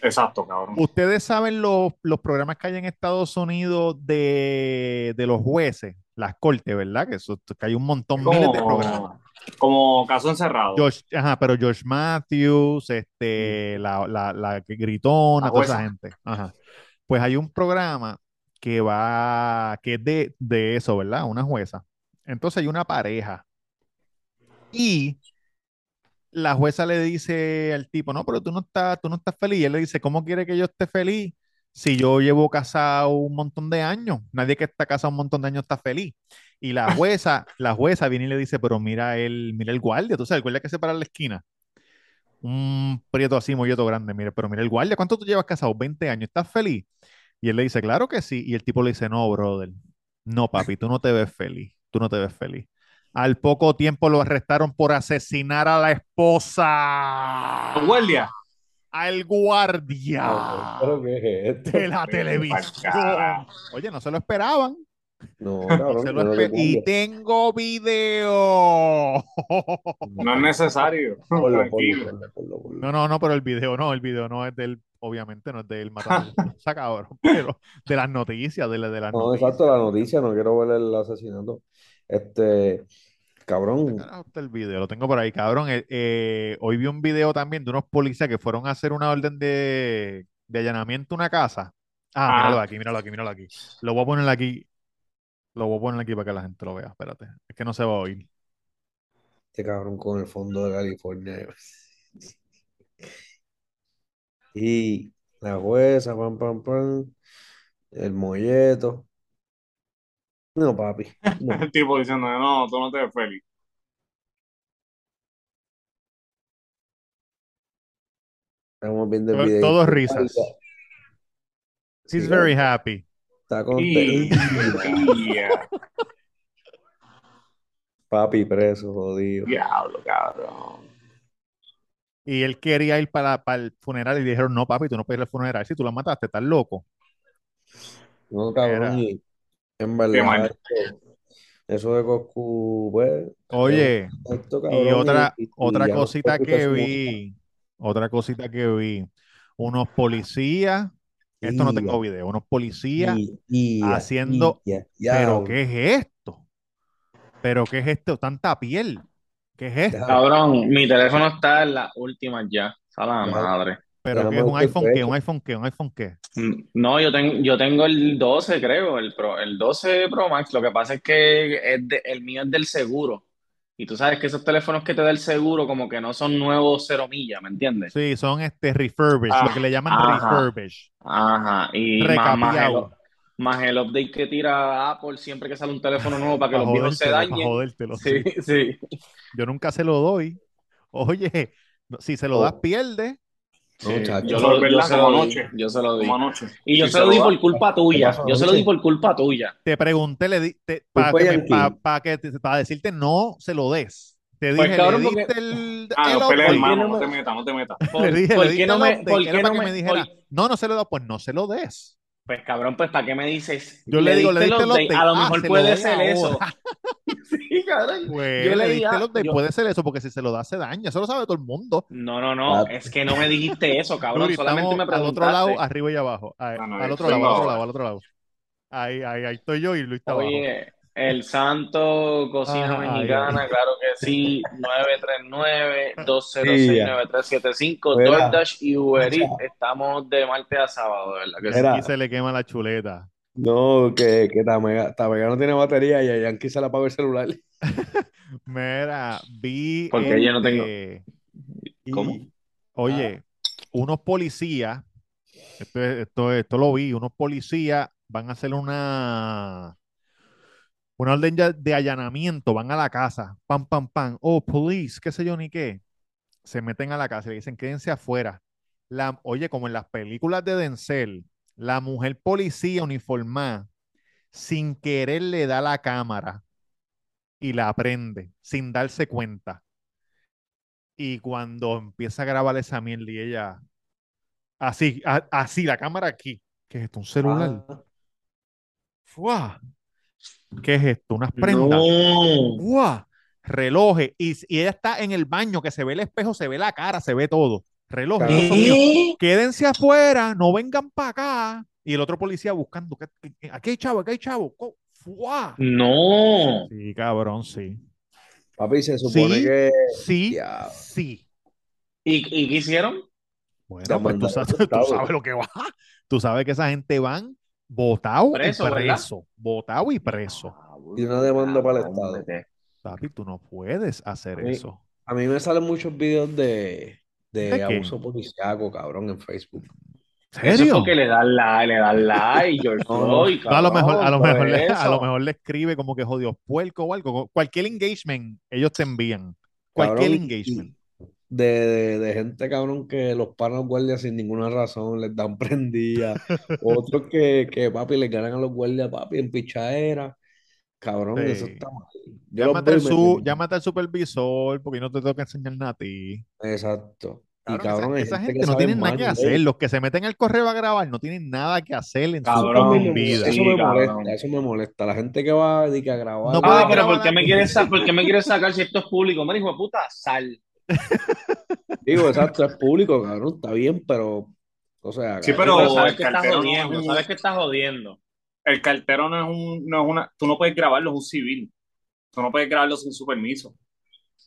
[SPEAKER 4] Exacto, cabrón.
[SPEAKER 2] Ustedes saben los, los programas que hay en Estados Unidos de, de los jueces, las cortes, ¿verdad? Que, eso- que hay un montón, miles de programas.
[SPEAKER 4] Como, como caso encerrado.
[SPEAKER 2] Josh, ajá, pero Josh Matthews, este, la, la, la que gritona,
[SPEAKER 4] Mm. La
[SPEAKER 2] toda esa
[SPEAKER 4] jueza.
[SPEAKER 2] gente. Ajá. Pues hay un programa que va, que es de, de eso, ¿verdad? Una jueza. Entonces hay una pareja. Y la jueza le dice al tipo, no, pero tú no estás, tú no estás feliz. Y él le dice, ¿cómo quiere que yo esté feliz? Si yo llevo casado un montón de años, nadie que está casado un montón de años está feliz. Y la jueza, la jueza viene y le dice, pero mira el, mira el guardia, tú sabes, el guardia que se para en la esquina. Un prieto así, molleto grande, mire, pero mira el guardia, ¿cuánto tú llevas casado? 20 años, ¿estás feliz? Y él le dice, claro que sí. Y el tipo le dice, no, brother, no, papi, tú no te ves feliz, tú no te ves feliz. Al poco tiempo lo arrestaron por asesinar a la esposa.
[SPEAKER 4] La guardia.
[SPEAKER 2] Al guardia
[SPEAKER 3] Pero ¿qué es esto?
[SPEAKER 2] de la televisión.
[SPEAKER 4] carajo.
[SPEAKER 2] Oye, no se lo esperaban.
[SPEAKER 3] No,
[SPEAKER 2] No
[SPEAKER 3] cabrón,
[SPEAKER 2] se
[SPEAKER 3] yo
[SPEAKER 2] lo
[SPEAKER 3] no le
[SPEAKER 2] esper- y
[SPEAKER 3] cambio.
[SPEAKER 2] tengo video.
[SPEAKER 4] No es necesario.
[SPEAKER 3] Ponlo, ponlo,
[SPEAKER 4] Tranquilo.
[SPEAKER 3] ponlo, ponlo, ponlo.
[SPEAKER 2] No, no, no, pero el video no, el video no es del, obviamente no es del matando Sa cabrón, pero de las noticias, de, la- de las
[SPEAKER 3] No,
[SPEAKER 2] noticias.
[SPEAKER 3] exacto, la noticia, no quiero ver el asesinato. Este, cabrón,
[SPEAKER 2] Carajo, está el video, lo tengo por ahí, cabrón. Eh, eh, hoy vi un video también de unos policías que fueron a hacer una orden de, de allanamiento a una casa. Ah,
[SPEAKER 4] Ajá.
[SPEAKER 2] míralo aquí, míralo aquí, míralo aquí. Lo voy a poner aquí. Lo voy a poner aquí para que la gente lo vea. Espérate, es que no se va a oír.
[SPEAKER 3] este cabrón con el fondo de California. Y la jueza, pam, pam, pam, el molleto. No, papi, no.
[SPEAKER 4] El tipo diciendo, no, tú no te ves feliz.
[SPEAKER 3] Estamos viendo el
[SPEAKER 2] To-
[SPEAKER 3] video.
[SPEAKER 2] Todos risas.
[SPEAKER 3] Sí,
[SPEAKER 2] He's very happy.
[SPEAKER 3] Está
[SPEAKER 4] Y,
[SPEAKER 3] contento.
[SPEAKER 4] y- eh,
[SPEAKER 3] Papi preso, jodido.
[SPEAKER 4] diablo, cabrón.
[SPEAKER 2] Y él quería ir para, para el funeral y le dijeron, no, papi, tú no puedes ir al funeral. Si tú la mataste, estás loco.
[SPEAKER 3] No, cabrón,
[SPEAKER 2] Era.
[SPEAKER 3] y en
[SPEAKER 4] Qué
[SPEAKER 3] verdad,
[SPEAKER 4] mal.
[SPEAKER 3] esto- eso de Coscu, pues,
[SPEAKER 2] Oye.
[SPEAKER 3] esto,
[SPEAKER 2] Y
[SPEAKER 3] cabrón,
[SPEAKER 2] otra,
[SPEAKER 3] y- y
[SPEAKER 2] otra
[SPEAKER 3] ya no
[SPEAKER 2] cosita
[SPEAKER 3] escucha
[SPEAKER 2] que
[SPEAKER 3] su
[SPEAKER 2] vi, otra cosita que vi, unos policías, esto no
[SPEAKER 3] Y-
[SPEAKER 2] tengo video, unos policías,
[SPEAKER 3] y- y-
[SPEAKER 2] haciendo-
[SPEAKER 3] y- ya,
[SPEAKER 2] pero
[SPEAKER 3] ya,
[SPEAKER 2] ¿qué es esto? ¿Pero qué es esto? Tanta piel, ¿qué es esto?
[SPEAKER 3] ya.
[SPEAKER 1] Cabrón, mi teléfono está en las últimas ya. A la
[SPEAKER 3] Ya.
[SPEAKER 1] madre.
[SPEAKER 2] ¿Pero qué es
[SPEAKER 3] déjame
[SPEAKER 2] un
[SPEAKER 3] ver el
[SPEAKER 2] iPhone qué?
[SPEAKER 3] pecho.
[SPEAKER 2] ¿Un iPhone qué? ¿Un iPhone qué?
[SPEAKER 1] Mm, No, yo, tengo yo tengo el 12, creo, el Pro, el 12 Pro Max. Lo que pasa es que es de- el mío es del seguro. Y tú sabes que esos teléfonos que te da el seguro, como que no son nuevos cero millas, ¿me entiendes?
[SPEAKER 2] Sí, son este refurbished, lo que le llaman
[SPEAKER 1] Ajá.
[SPEAKER 2] refurbished.
[SPEAKER 1] Ajá. Y más, más el,
[SPEAKER 2] Recapeado.
[SPEAKER 1] más el update que tira Apple siempre que sale un teléfono nuevo para que
[SPEAKER 2] Para
[SPEAKER 1] los viejos se
[SPEAKER 2] jodértelo, para
[SPEAKER 1] dañen.
[SPEAKER 2] jodértelo,
[SPEAKER 1] Sí,
[SPEAKER 2] sí.
[SPEAKER 1] sí.
[SPEAKER 2] Yo nunca se lo doy. Oye, no- si se lo das,
[SPEAKER 3] Oh.
[SPEAKER 2] pierde.
[SPEAKER 3] No,
[SPEAKER 1] Sí,
[SPEAKER 3] chacho.
[SPEAKER 1] Yo, lo, yo
[SPEAKER 4] ¿Verdad?
[SPEAKER 1] se lo
[SPEAKER 4] Como
[SPEAKER 1] di,
[SPEAKER 4] anoche.
[SPEAKER 1] yo se lo di.
[SPEAKER 4] Como anoche.
[SPEAKER 1] Y yo
[SPEAKER 4] Sí,
[SPEAKER 1] se
[SPEAKER 4] se
[SPEAKER 1] lo
[SPEAKER 4] lo
[SPEAKER 1] di
[SPEAKER 4] da.
[SPEAKER 1] por culpa tuya.
[SPEAKER 3] pasa
[SPEAKER 1] Yo se lo di
[SPEAKER 3] anoche?
[SPEAKER 1] por culpa tuya.
[SPEAKER 2] Te pregunté, le di, te-
[SPEAKER 3] Tú
[SPEAKER 2] para
[SPEAKER 3] fue
[SPEAKER 2] que me-
[SPEAKER 3] Yankee.
[SPEAKER 2] pa- pa que te- para decirte no se lo des. Te
[SPEAKER 1] Pues,
[SPEAKER 2] dije,
[SPEAKER 1] cabrón,
[SPEAKER 2] le diste
[SPEAKER 1] porque-
[SPEAKER 2] el,
[SPEAKER 4] Ah,
[SPEAKER 2] el
[SPEAKER 4] no, pelea,
[SPEAKER 2] update.
[SPEAKER 4] hermano,
[SPEAKER 1] no
[SPEAKER 4] no
[SPEAKER 1] me-
[SPEAKER 4] te metas, no te metas.
[SPEAKER 1] ¿Por,
[SPEAKER 2] Le dije,
[SPEAKER 1] por
[SPEAKER 2] le
[SPEAKER 1] qué
[SPEAKER 2] diste
[SPEAKER 1] no
[SPEAKER 2] el
[SPEAKER 1] me,
[SPEAKER 2] update.
[SPEAKER 1] por
[SPEAKER 2] Era
[SPEAKER 1] qué
[SPEAKER 2] para
[SPEAKER 1] no
[SPEAKER 2] que
[SPEAKER 1] me-
[SPEAKER 2] me dijera,
[SPEAKER 1] por-
[SPEAKER 2] no, no se lo das, pues no se lo des.
[SPEAKER 1] pues cabrón, pues ¿para qué me dices?
[SPEAKER 2] Yo le digo, le diste el update.
[SPEAKER 1] A lo
[SPEAKER 2] Ah,
[SPEAKER 1] mejor
[SPEAKER 2] se lo
[SPEAKER 1] puede
[SPEAKER 2] doy
[SPEAKER 1] ser eso.
[SPEAKER 2] ahora.
[SPEAKER 1] Sí, cabrón.
[SPEAKER 2] Pues,
[SPEAKER 1] Yo
[SPEAKER 2] le
[SPEAKER 1] le
[SPEAKER 2] diste
[SPEAKER 1] di a-
[SPEAKER 2] el update.
[SPEAKER 1] yo-
[SPEAKER 2] Puede ser eso, porque si se lo das, se daña. Eso lo sabe todo el mundo.
[SPEAKER 1] No, no, no, es que no me dijiste eso, cabrón,
[SPEAKER 2] Ah, Yuri,
[SPEAKER 1] solamente
[SPEAKER 2] estamos
[SPEAKER 1] me
[SPEAKER 2] al otro lado,
[SPEAKER 1] preguntaste.
[SPEAKER 2] arriba y abajo. A-
[SPEAKER 4] Ah, no,
[SPEAKER 2] al
[SPEAKER 4] yo
[SPEAKER 2] otro
[SPEAKER 4] estoy
[SPEAKER 2] lado, al otro
[SPEAKER 4] abajo.
[SPEAKER 2] lado, al otro lado. Ahí, ahí, ahí estoy yo y Luis está abajo.
[SPEAKER 1] Oye, el santo cocina
[SPEAKER 2] Ah, ay,
[SPEAKER 1] mexicana, claro que sí, 939-206-9375,
[SPEAKER 3] Mira.
[SPEAKER 1] DoorDash y Uber Eats, estamos de martes a sábado, ¿verdad que sí?
[SPEAKER 3] Mira,
[SPEAKER 2] Y se le quema la chuleta.
[SPEAKER 3] no, que, que Tamega, Tamega no tiene batería y a Yankee se la apagó el celular.
[SPEAKER 2] Mira, vi
[SPEAKER 1] Porque yo no
[SPEAKER 2] este-
[SPEAKER 4] ¿Cómo?
[SPEAKER 2] Oye,
[SPEAKER 1] Ah.
[SPEAKER 2] unos policías, esto, es- esto, es- esto lo vi, unos policías van a hacer una, una orden ya- de allanamiento, van a la casa, pam, pam, pam, oh, police, qué sé yo ni qué. Se meten a la casa y le dicen, quédense afuera. La, oye, como en las películas de Denzel, la mujer policía uniformada, sin querer le da la cámara y la prende, sin darse cuenta. Y cuando empieza a grabar esa mierda y ella, así, a- así, la cámara aquí. ¿Qué es esto? ¿Un celular?
[SPEAKER 3] Ah,
[SPEAKER 2] ¡Fua! ¿Qué es esto? ¿Unas prendas?
[SPEAKER 1] No.
[SPEAKER 2] ¡Fua! Relojes. Y, s- y ella está en el baño, que se ve el espejo, se ve la cara, se ve todo. Relojes,
[SPEAKER 3] Claro.
[SPEAKER 2] esos son míos.
[SPEAKER 1] ¿Qué?
[SPEAKER 2] Quédense afuera, no vengan para acá. Y el otro policía buscando. ¿qué- qué- qué? Aquí hay chavo, aquí hay chavo. Co- ¡Fua!
[SPEAKER 1] No.
[SPEAKER 2] Sí, cabrón, sí.
[SPEAKER 3] Papi, se supone
[SPEAKER 2] Sí.
[SPEAKER 3] que.
[SPEAKER 2] Sí,
[SPEAKER 3] Ya.
[SPEAKER 2] sí.
[SPEAKER 1] ¿Y, y qué hicieron?
[SPEAKER 2] Bueno,
[SPEAKER 3] Estamos
[SPEAKER 2] pues tú
[SPEAKER 3] en
[SPEAKER 2] sabes,
[SPEAKER 3] malos
[SPEAKER 2] tú
[SPEAKER 3] estados.
[SPEAKER 2] sabes lo que va. Tú sabes que esa gente van votado
[SPEAKER 1] Preso,
[SPEAKER 2] y
[SPEAKER 1] ¿verdad?
[SPEAKER 2] preso. Votado y preso.
[SPEAKER 1] Ah,
[SPEAKER 3] Y una demanda para el Estado.
[SPEAKER 2] Papi, tú no puedes hacer
[SPEAKER 3] Sí.
[SPEAKER 2] eso.
[SPEAKER 3] A mí me salen muchos videos de, de
[SPEAKER 2] ¿De qué?
[SPEAKER 3] abuso policiaco, cabrón, en Facebook.
[SPEAKER 2] ¿En
[SPEAKER 1] Eso es
[SPEAKER 2] serio?
[SPEAKER 1] porque le dan like, le dan like, George
[SPEAKER 3] No, no.
[SPEAKER 1] Floyd,
[SPEAKER 2] No, a lo mejor, a lo
[SPEAKER 1] cabrón,
[SPEAKER 2] mejor,
[SPEAKER 1] por
[SPEAKER 3] pues,
[SPEAKER 2] le, a lo
[SPEAKER 1] eso.
[SPEAKER 2] mejor le escribe como que jodidos puerco o algo. Cualquier engagement, ellos te envían. Cualquier
[SPEAKER 3] Cabrón,
[SPEAKER 2] engagement.
[SPEAKER 3] y De, de, de gente, cabrón, que los panos guardias sin ninguna razón les dan prendida. Otros que, que, papi, les ganan a los guardias, papi, en pichadera. Cabrón,
[SPEAKER 2] Sí.
[SPEAKER 3] eso está mal. Yo los
[SPEAKER 2] Llámate
[SPEAKER 3] veo
[SPEAKER 2] al,
[SPEAKER 3] y me
[SPEAKER 2] su,
[SPEAKER 3] entiendo.
[SPEAKER 2] llámate al supervisor porque yo no te tengo que enseñar nada a ti.
[SPEAKER 3] Exacto. Y
[SPEAKER 2] Cabrón, esa-
[SPEAKER 3] cabrón, hay
[SPEAKER 2] esa,
[SPEAKER 3] gente
[SPEAKER 2] gente
[SPEAKER 3] que
[SPEAKER 2] no
[SPEAKER 3] sabe
[SPEAKER 2] tiene
[SPEAKER 3] más
[SPEAKER 2] nada que
[SPEAKER 3] inglés.
[SPEAKER 2] hacer. Los que se meten al correo a grabar no tienen nada que hacer en
[SPEAKER 4] Cabrón,
[SPEAKER 2] su vida.
[SPEAKER 3] Eso
[SPEAKER 1] Sí,
[SPEAKER 3] me molesta,
[SPEAKER 1] cabrón.
[SPEAKER 3] eso me molesta. La gente que va de que a grabar.
[SPEAKER 2] No puede
[SPEAKER 1] Ah,
[SPEAKER 2] puedes
[SPEAKER 1] pero
[SPEAKER 2] grabar
[SPEAKER 1] ¿por qué me
[SPEAKER 2] algo.
[SPEAKER 1] quieres, sa- por qué me quieres sacar si esto es público? Me dijo, puta, sal.
[SPEAKER 3] Digo, exacto, es público, cabrón, está bien, pero. O sea,
[SPEAKER 4] Sí,
[SPEAKER 3] cabrón,
[SPEAKER 1] Pero,
[SPEAKER 4] Pero
[SPEAKER 1] sabes
[SPEAKER 4] el
[SPEAKER 1] que estás
[SPEAKER 4] cartero no es
[SPEAKER 1] jodiendo,
[SPEAKER 4] un-
[SPEAKER 1] sabes que estás jodiendo.
[SPEAKER 4] El cartero no es un, no es una, tú no puedes grabarlo, es un civil. Tú no puedes grabarlo sin su permiso.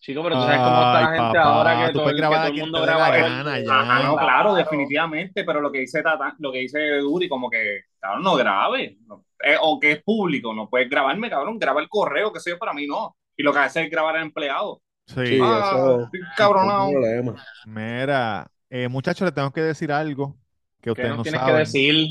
[SPEAKER 1] Chico, pero tú sabes cómo está
[SPEAKER 2] Ay,
[SPEAKER 1] la gente
[SPEAKER 2] papá,
[SPEAKER 1] ahora que
[SPEAKER 2] tú
[SPEAKER 1] todo
[SPEAKER 2] puedes
[SPEAKER 1] el, que
[SPEAKER 2] grabar
[SPEAKER 1] todo
[SPEAKER 2] a
[SPEAKER 1] el
[SPEAKER 2] quien
[SPEAKER 1] mundo
[SPEAKER 2] te dé la
[SPEAKER 1] graba todo el
[SPEAKER 2] gana
[SPEAKER 1] mundo.
[SPEAKER 4] Ah, no,
[SPEAKER 2] ya.
[SPEAKER 4] claro, definitivamente, pero lo que dice Tata, lo que dice Duri, como que, cabrón, no grabe, no. Eh, o que es público, no puedes grabarme, cabrón, graba el correo, que sé yo, para mí no. Y lo que hace es grabar al empleado.
[SPEAKER 2] Sí,
[SPEAKER 3] sí,
[SPEAKER 4] Ah,
[SPEAKER 3] eso
[SPEAKER 4] estoy
[SPEAKER 3] es un
[SPEAKER 4] cabronado.
[SPEAKER 3] problema.
[SPEAKER 2] mira, eh, muchachos, les tengo que decir algo que
[SPEAKER 1] ¿Qué
[SPEAKER 2] ustedes
[SPEAKER 1] nos
[SPEAKER 2] no
[SPEAKER 1] tienes que
[SPEAKER 2] saben.
[SPEAKER 1] decir?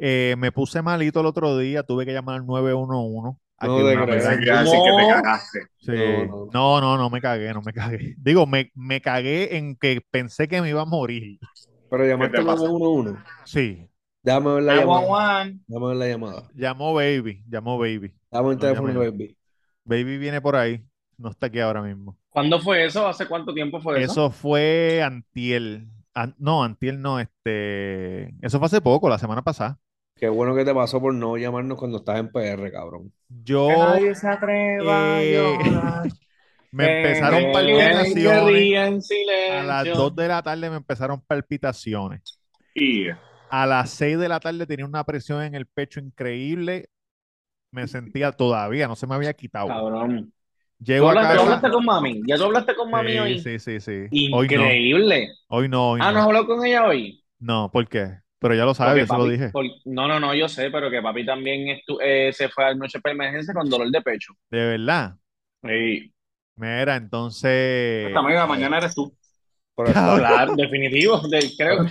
[SPEAKER 2] Eh, me puse malito el otro día, tuve que llamar al 911.
[SPEAKER 3] No
[SPEAKER 2] Aquí
[SPEAKER 3] te
[SPEAKER 2] una
[SPEAKER 3] creo.
[SPEAKER 2] emergencia.
[SPEAKER 4] Ya, así que te
[SPEAKER 1] No.
[SPEAKER 4] cagaste.
[SPEAKER 2] Sí.
[SPEAKER 3] No, no.
[SPEAKER 2] No, no, no me cagué, no me cagué. Digo, me, me cagué en que pensé que me iba a morir.
[SPEAKER 3] Pero
[SPEAKER 4] ¿Qué
[SPEAKER 3] llamaste
[SPEAKER 4] te
[SPEAKER 3] al
[SPEAKER 4] pasa?
[SPEAKER 3] 911.
[SPEAKER 2] Sí,
[SPEAKER 3] Déjame ver la llamada.
[SPEAKER 4] 911.
[SPEAKER 3] Déjame ver la llamada.
[SPEAKER 2] llamó Baby, llamó Baby.
[SPEAKER 3] Dame el
[SPEAKER 2] No
[SPEAKER 3] teléfono,
[SPEAKER 2] llamé.
[SPEAKER 3] baby.
[SPEAKER 2] Baby viene por ahí, no está aquí ahora mismo.
[SPEAKER 1] ¿Cuándo fue eso? ¿Hace cuánto tiempo fue eso?
[SPEAKER 2] Eso fue antiel. An- no, antiel no, este... Eso fue hace poco, la semana pasada.
[SPEAKER 3] Qué bueno que te pasó por no llamarnos cuando estás en PR, cabrón.
[SPEAKER 4] Que
[SPEAKER 2] Yo
[SPEAKER 4] nadie se atreva a
[SPEAKER 2] eh,
[SPEAKER 4] llorar.
[SPEAKER 2] me empezaron
[SPEAKER 4] Eh,
[SPEAKER 1] Que se
[SPEAKER 2] palpitaciones.
[SPEAKER 1] ría en silencio.
[SPEAKER 2] A las 2 de la tarde me empezaron palpitaciones.
[SPEAKER 4] Y
[SPEAKER 2] A las 6 de la tarde tenía una presión en el pecho increíble. Me sentía todavía, no se me había quitado.
[SPEAKER 1] Cabrón. ¿Tú
[SPEAKER 2] Llego a
[SPEAKER 1] hablaste, tú
[SPEAKER 2] casa.
[SPEAKER 1] hablaste con mami? ¿Ya tú hablaste con mami
[SPEAKER 2] Sí,
[SPEAKER 1] hoy?
[SPEAKER 2] sí, sí, sí. Hoy no,
[SPEAKER 1] Increíble.
[SPEAKER 2] hoy no, hoy
[SPEAKER 1] Ah, ¿no has
[SPEAKER 2] no.
[SPEAKER 1] hablado con ella hoy?
[SPEAKER 2] No, ¿por qué? Pero ya lo
[SPEAKER 1] Porque
[SPEAKER 2] sabes, yo se lo
[SPEAKER 1] papi,
[SPEAKER 2] dije.
[SPEAKER 1] por- no, no, no, yo sé, pero que papi también estu- eh, se fue anoche para emergencia con dolor de pecho.
[SPEAKER 2] De verdad.
[SPEAKER 1] Sí.
[SPEAKER 2] Mira, entonces.
[SPEAKER 4] esta media mañana eres tú.
[SPEAKER 3] Pero está-
[SPEAKER 2] Cabrón.
[SPEAKER 1] Claro, definitivo, de- creo.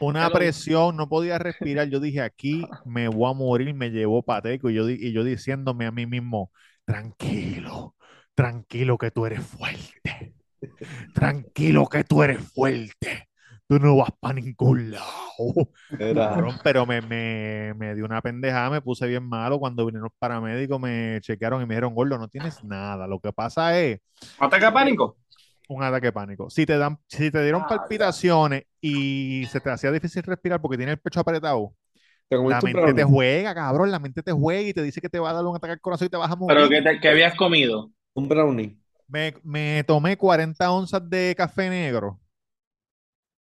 [SPEAKER 2] Una
[SPEAKER 1] Hello.
[SPEAKER 2] presión, no podía respirar. Yo dije, aquí me voy a morir, me llevó pateco. Y yo, di- y yo diciéndome a mí mismo, tranquilo, tranquilo que tú eres fuerte. Tranquilo que tú eres fuerte. Tú no vas para ningún lado.
[SPEAKER 3] era-
[SPEAKER 2] Cabrón, pero me, me, me dio una pendejada, me puse bien malo. Cuando vinieron los paramédicos, me chequearon y me dijeron, gordo, no tienes nada. Lo que pasa es
[SPEAKER 4] ¿Ataque de pánico?
[SPEAKER 2] un ataque de pánico. Si te dan, si te dieron
[SPEAKER 4] Ah,
[SPEAKER 2] palpitaciones y se te hacía difícil respirar porque tiene el pecho apretado,
[SPEAKER 3] ¿Te
[SPEAKER 2] la
[SPEAKER 3] comiste un
[SPEAKER 2] mente te
[SPEAKER 3] brownie?
[SPEAKER 2] juega, cabrón, la mente te juega y te dice que te va a dar un ataque al corazón y te vas a
[SPEAKER 1] Pero ¿qué,
[SPEAKER 2] morir.
[SPEAKER 1] te- qué habías comido?
[SPEAKER 3] Un brownie.
[SPEAKER 2] Me, me tomé 40 onzas de café negro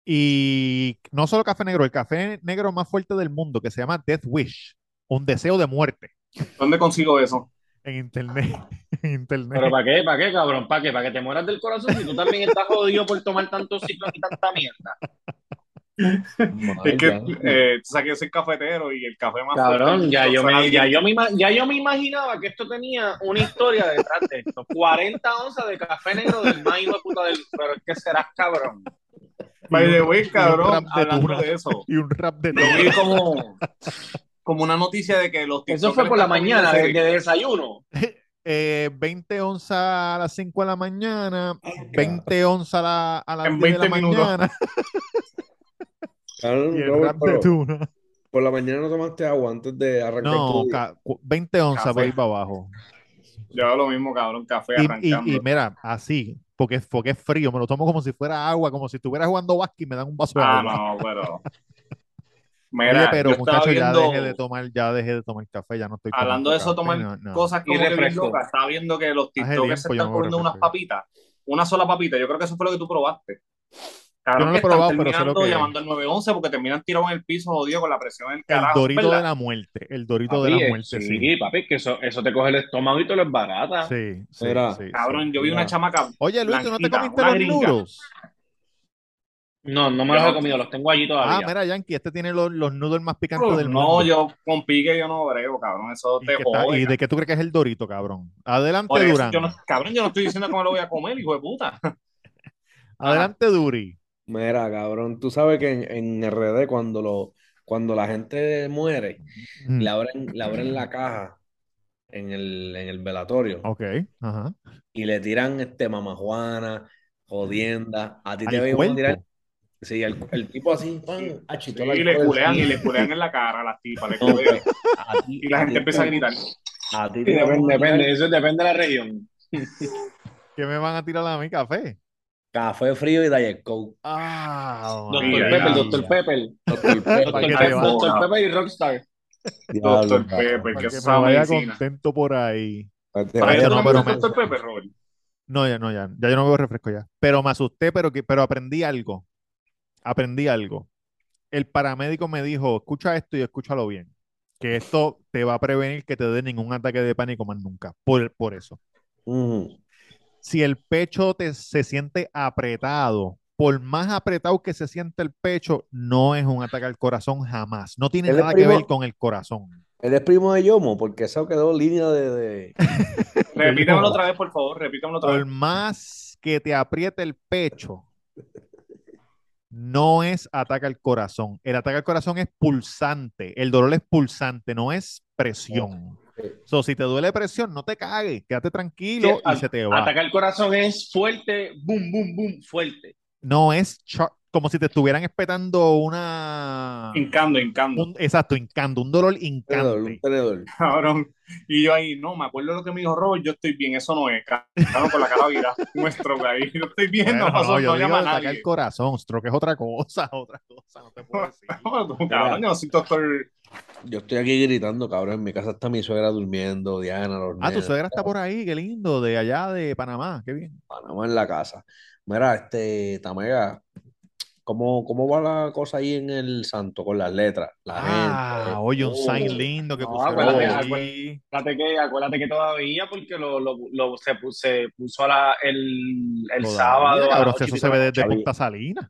[SPEAKER 2] y no solo café negro, el café negro más fuerte del mundo que se llama Death Wish, un deseo de muerte
[SPEAKER 4] ¿Dónde consigo eso?
[SPEAKER 2] en internet, en
[SPEAKER 1] ¿Pero
[SPEAKER 2] internet.
[SPEAKER 1] para qué? ¿Para qué, cabrón? ¿Para qué? ¿Para que te mueras del corazón si tú también estás jodido por tomar tantos ciclos y tanta mierda?
[SPEAKER 4] Es que
[SPEAKER 3] Vaya.
[SPEAKER 4] eh, tú sabes que yo soy cafetero y el café más fuerte
[SPEAKER 1] Cabrón,
[SPEAKER 4] del
[SPEAKER 1] ya
[SPEAKER 4] mundo
[SPEAKER 1] yo,
[SPEAKER 4] suena
[SPEAKER 1] me, ya,
[SPEAKER 4] bien.
[SPEAKER 1] yo me, ima- ya yo me imaginaba que esto tenía una historia detrás de esto. 40 onzas de café negro del más hijo de puta del... Pero es que serás cabrón.
[SPEAKER 4] By the way,
[SPEAKER 2] rap
[SPEAKER 4] cabrón,
[SPEAKER 2] de
[SPEAKER 4] hablando
[SPEAKER 2] tuna.
[SPEAKER 4] de eso,
[SPEAKER 2] Y un rap de
[SPEAKER 4] yo vi como, como una noticia de que los
[SPEAKER 1] Eso fue
[SPEAKER 4] tiktokers
[SPEAKER 1] por la
[SPEAKER 4] están comiendo
[SPEAKER 1] mañana, de,
[SPEAKER 4] cereal.
[SPEAKER 1] de desayuno.
[SPEAKER 2] eh, 20 onzas a las 5 de la mañana, 20 onzas a, la- a las
[SPEAKER 4] En
[SPEAKER 2] 10 de la
[SPEAKER 4] 20 minutos.
[SPEAKER 2] mañana
[SPEAKER 3] Cabrón,
[SPEAKER 2] y el
[SPEAKER 3] Robert,
[SPEAKER 2] rap de
[SPEAKER 3] pero
[SPEAKER 2] tuna.
[SPEAKER 3] por la mañana no tomaste agua antes de arrancar
[SPEAKER 2] No,
[SPEAKER 3] tu día.
[SPEAKER 2] ca- cu- 20 onzas
[SPEAKER 4] Café.
[SPEAKER 2] para ir para abajo.
[SPEAKER 4] Yo hago lo mismo, cabrón, café
[SPEAKER 2] Y, y- y
[SPEAKER 4] arrancando.
[SPEAKER 2] mira, así, porque, es- porque es frío, me lo tomo como si fuera agua, como si estuviera jugando básquet y me dan un vaso de
[SPEAKER 4] Ah,
[SPEAKER 2] agua.
[SPEAKER 4] no, pero.
[SPEAKER 2] Oye,
[SPEAKER 4] Mira,
[SPEAKER 2] pero
[SPEAKER 4] yo estaba
[SPEAKER 2] muchachos, ya
[SPEAKER 4] viendo,
[SPEAKER 2] dejé de tomar, ya dejé de tomar café, ya no estoy tomando
[SPEAKER 4] hablando de eso,
[SPEAKER 2] café,
[SPEAKER 4] tomar
[SPEAKER 2] no, no.
[SPEAKER 4] cosas como
[SPEAKER 1] Y
[SPEAKER 4] que bien
[SPEAKER 1] refresco.
[SPEAKER 4] locas, estaba viendo que los TikTokers se
[SPEAKER 2] tiempo yo
[SPEAKER 4] están
[SPEAKER 2] no me
[SPEAKER 4] comiendo unas
[SPEAKER 2] refresco.
[SPEAKER 4] papitas, una sola papita, yo creo que eso fue lo que tú probaste.
[SPEAKER 2] Yo
[SPEAKER 4] Cabrón,
[SPEAKER 2] no lo
[SPEAKER 4] que
[SPEAKER 2] he
[SPEAKER 4] están
[SPEAKER 2] probado, pero sé lo
[SPEAKER 4] terminando
[SPEAKER 2] que es.
[SPEAKER 4] llamando al 911 porque terminan tirados en el piso, jodido, con la presión del
[SPEAKER 2] El
[SPEAKER 4] carajo,
[SPEAKER 2] dorito
[SPEAKER 4] ¿verdad?
[SPEAKER 2] de la muerte, el dorito de
[SPEAKER 1] Papi,
[SPEAKER 2] la
[SPEAKER 1] eh,
[SPEAKER 2] muerte, sí.
[SPEAKER 1] sí, papi, que eso, eso te coge el estómago y te lo es barata.
[SPEAKER 2] Sí, sí,
[SPEAKER 3] Mira.
[SPEAKER 2] sí, sí.
[SPEAKER 4] Cabrón, yo vi una
[SPEAKER 3] Mira.
[SPEAKER 4] chamaca
[SPEAKER 2] Oye, Luis, ¿tú no te
[SPEAKER 4] blanquita,
[SPEAKER 2] comiste
[SPEAKER 4] una
[SPEAKER 2] los
[SPEAKER 4] gringa.
[SPEAKER 2] nudos?
[SPEAKER 1] No, no me
[SPEAKER 4] Yo
[SPEAKER 1] los he
[SPEAKER 4] no-
[SPEAKER 1] comido, los tengo allí
[SPEAKER 2] Ah,
[SPEAKER 1] todavía.
[SPEAKER 2] mira, Yankee, este tiene los, los noodles más picantes del
[SPEAKER 4] No,
[SPEAKER 2] mundo.
[SPEAKER 4] yo con pique yo no brego, cabrón. Eso
[SPEAKER 2] ¿Y,
[SPEAKER 4] te
[SPEAKER 2] que está-
[SPEAKER 4] jode.
[SPEAKER 2] ¿Y de qué tú crees que es el dorito, cabrón? Adelante,
[SPEAKER 4] Por eso
[SPEAKER 2] Durán.
[SPEAKER 4] yo no, cabrón, yo no estoy diciendo que me lo voy a comer, hijo de puta.
[SPEAKER 2] Adelante, Duri.
[SPEAKER 3] Mira, cabrón, tú sabes que en, en RD cuando lo, cuando la gente muere,
[SPEAKER 2] Mm,
[SPEAKER 3] le abren, le abren la caja en el, en el velatorio
[SPEAKER 2] Ok, ajá.
[SPEAKER 3] y le tiran este mamajuana, jodienda. A ti te
[SPEAKER 2] Al
[SPEAKER 3] veían tirar,
[SPEAKER 2] cuerpo.
[SPEAKER 3] sí, el, el tipo así, pan,
[SPEAKER 4] Y
[SPEAKER 3] achito la
[SPEAKER 4] le culean, y le culean en la cara a las tipas, le
[SPEAKER 3] No,
[SPEAKER 4] culean.
[SPEAKER 3] pues, a ti,
[SPEAKER 4] Y la
[SPEAKER 3] a
[SPEAKER 4] gente
[SPEAKER 3] ti
[SPEAKER 4] empieza a
[SPEAKER 3] te-
[SPEAKER 4] gritar.
[SPEAKER 3] a ti
[SPEAKER 1] Sí,
[SPEAKER 3] te van
[SPEAKER 1] depende,
[SPEAKER 3] a tirar
[SPEAKER 1] depende, eso depende de la región.
[SPEAKER 2] ¿Qué me van a tirar a mi café?
[SPEAKER 3] café frío y Diet Coke.
[SPEAKER 2] Ah,
[SPEAKER 1] Doctor
[SPEAKER 4] María.
[SPEAKER 1] Pepper,
[SPEAKER 2] María.
[SPEAKER 1] Doctor Pepper,
[SPEAKER 3] Doctor Pepper.
[SPEAKER 2] Para que te
[SPEAKER 1] Doctor, Pe-
[SPEAKER 2] vaya,
[SPEAKER 1] Doctor
[SPEAKER 4] Boca.
[SPEAKER 1] Pepper y Rockstar.
[SPEAKER 3] Diablo,
[SPEAKER 4] Doctor
[SPEAKER 3] cabrón.
[SPEAKER 4] Pepper,
[SPEAKER 2] para
[SPEAKER 4] que
[SPEAKER 2] que
[SPEAKER 4] eso es
[SPEAKER 2] me vaya
[SPEAKER 4] medicina.
[SPEAKER 2] contento por ahí.
[SPEAKER 3] Para este que te
[SPEAKER 4] ¿Para
[SPEAKER 2] Ay,
[SPEAKER 3] vaya
[SPEAKER 4] eso
[SPEAKER 2] no,
[SPEAKER 4] no
[SPEAKER 2] pero
[SPEAKER 4] me
[SPEAKER 3] rápido.
[SPEAKER 4] gusta
[SPEAKER 2] me-
[SPEAKER 4] Doctor Pepper, Robert?
[SPEAKER 2] No, ya no, ya, ya yo no bebo refresco ya. Pero me asusté, pero, que- pero aprendí algo. Aprendí algo. El paramédico me dijo, escucha esto y escúchalo bien, que esto te va a prevenir que te dé ningún ataque de pánico más nunca. Por, por eso.
[SPEAKER 3] Ujú.
[SPEAKER 2] Si el pecho te, se siente apretado, por más apretado que se siente el pecho, no es un ataque al corazón jamás. No tiene
[SPEAKER 3] Él es
[SPEAKER 2] nada que ver
[SPEAKER 3] primo-
[SPEAKER 2] con el corazón.
[SPEAKER 3] Él es primo de Yomo, porque eso quedó línea de, de-
[SPEAKER 4] Repítamelo otra vez, por favor, repítamelo otra
[SPEAKER 2] Por
[SPEAKER 4] vez.
[SPEAKER 2] más que te apriete el pecho, no es ataque al corazón. El ataque al corazón es pulsante. El dolor es pulsante, no es presión. So, si te duele presión, no te cagues, quédate tranquilo y
[SPEAKER 1] Sí,
[SPEAKER 2] se te va.
[SPEAKER 1] Atacar el corazón es fuerte, boom, boom, boom, fuerte.
[SPEAKER 2] No es cho- como si te estuvieran espetando una.
[SPEAKER 4] Hincando, hincando.
[SPEAKER 2] un- exacto, hincando, un dolor
[SPEAKER 3] tenedor, un
[SPEAKER 2] hincante.
[SPEAKER 3] tenedor.
[SPEAKER 4] Cabrón. Y yo ahí, no, me acuerdo lo que me dijo Robert, yo estoy bien, eso no es. Cabrón, con la cara virada, nuestro país. Yo estoy bien,
[SPEAKER 2] Bueno,
[SPEAKER 4] no pasó,
[SPEAKER 2] no, yo
[SPEAKER 4] no
[SPEAKER 2] digo
[SPEAKER 4] llama a
[SPEAKER 2] de atacar el
[SPEAKER 4] nadie.
[SPEAKER 2] corazón, stroke es otra cosa, otra cosa, no te puedo decir.
[SPEAKER 4] Cabrón, yo no soy doctor.
[SPEAKER 3] Yo estoy aquí gritando, cabrón. En mi casa está mi suegra durmiendo, Diana, los
[SPEAKER 2] Ah, tu
[SPEAKER 3] nenes,
[SPEAKER 2] suegra está por ahí, qué lindo, de allá de Panamá, qué bien.
[SPEAKER 3] Panamá en la casa. Mira, este, Tamega, ¿cómo, cómo va la cosa ahí en el santo con las letras? La
[SPEAKER 2] Ah,
[SPEAKER 3] gente.
[SPEAKER 2] oye, un sign
[SPEAKER 1] Oh.
[SPEAKER 2] lindo que
[SPEAKER 1] No,
[SPEAKER 2] pusieron
[SPEAKER 1] acuérdate,
[SPEAKER 2] allí.
[SPEAKER 1] Acuérdate que, acuérdate que todavía, porque lo, lo, lo- se, pu- se puso a la- el, el
[SPEAKER 2] Todavía,
[SPEAKER 1] sábado a las
[SPEAKER 2] cabrón, si
[SPEAKER 1] 8 y
[SPEAKER 2] eso se
[SPEAKER 1] pico de
[SPEAKER 2] ve
[SPEAKER 1] la
[SPEAKER 2] desde
[SPEAKER 1] noche.
[SPEAKER 3] Está bien,
[SPEAKER 2] Punta Salina.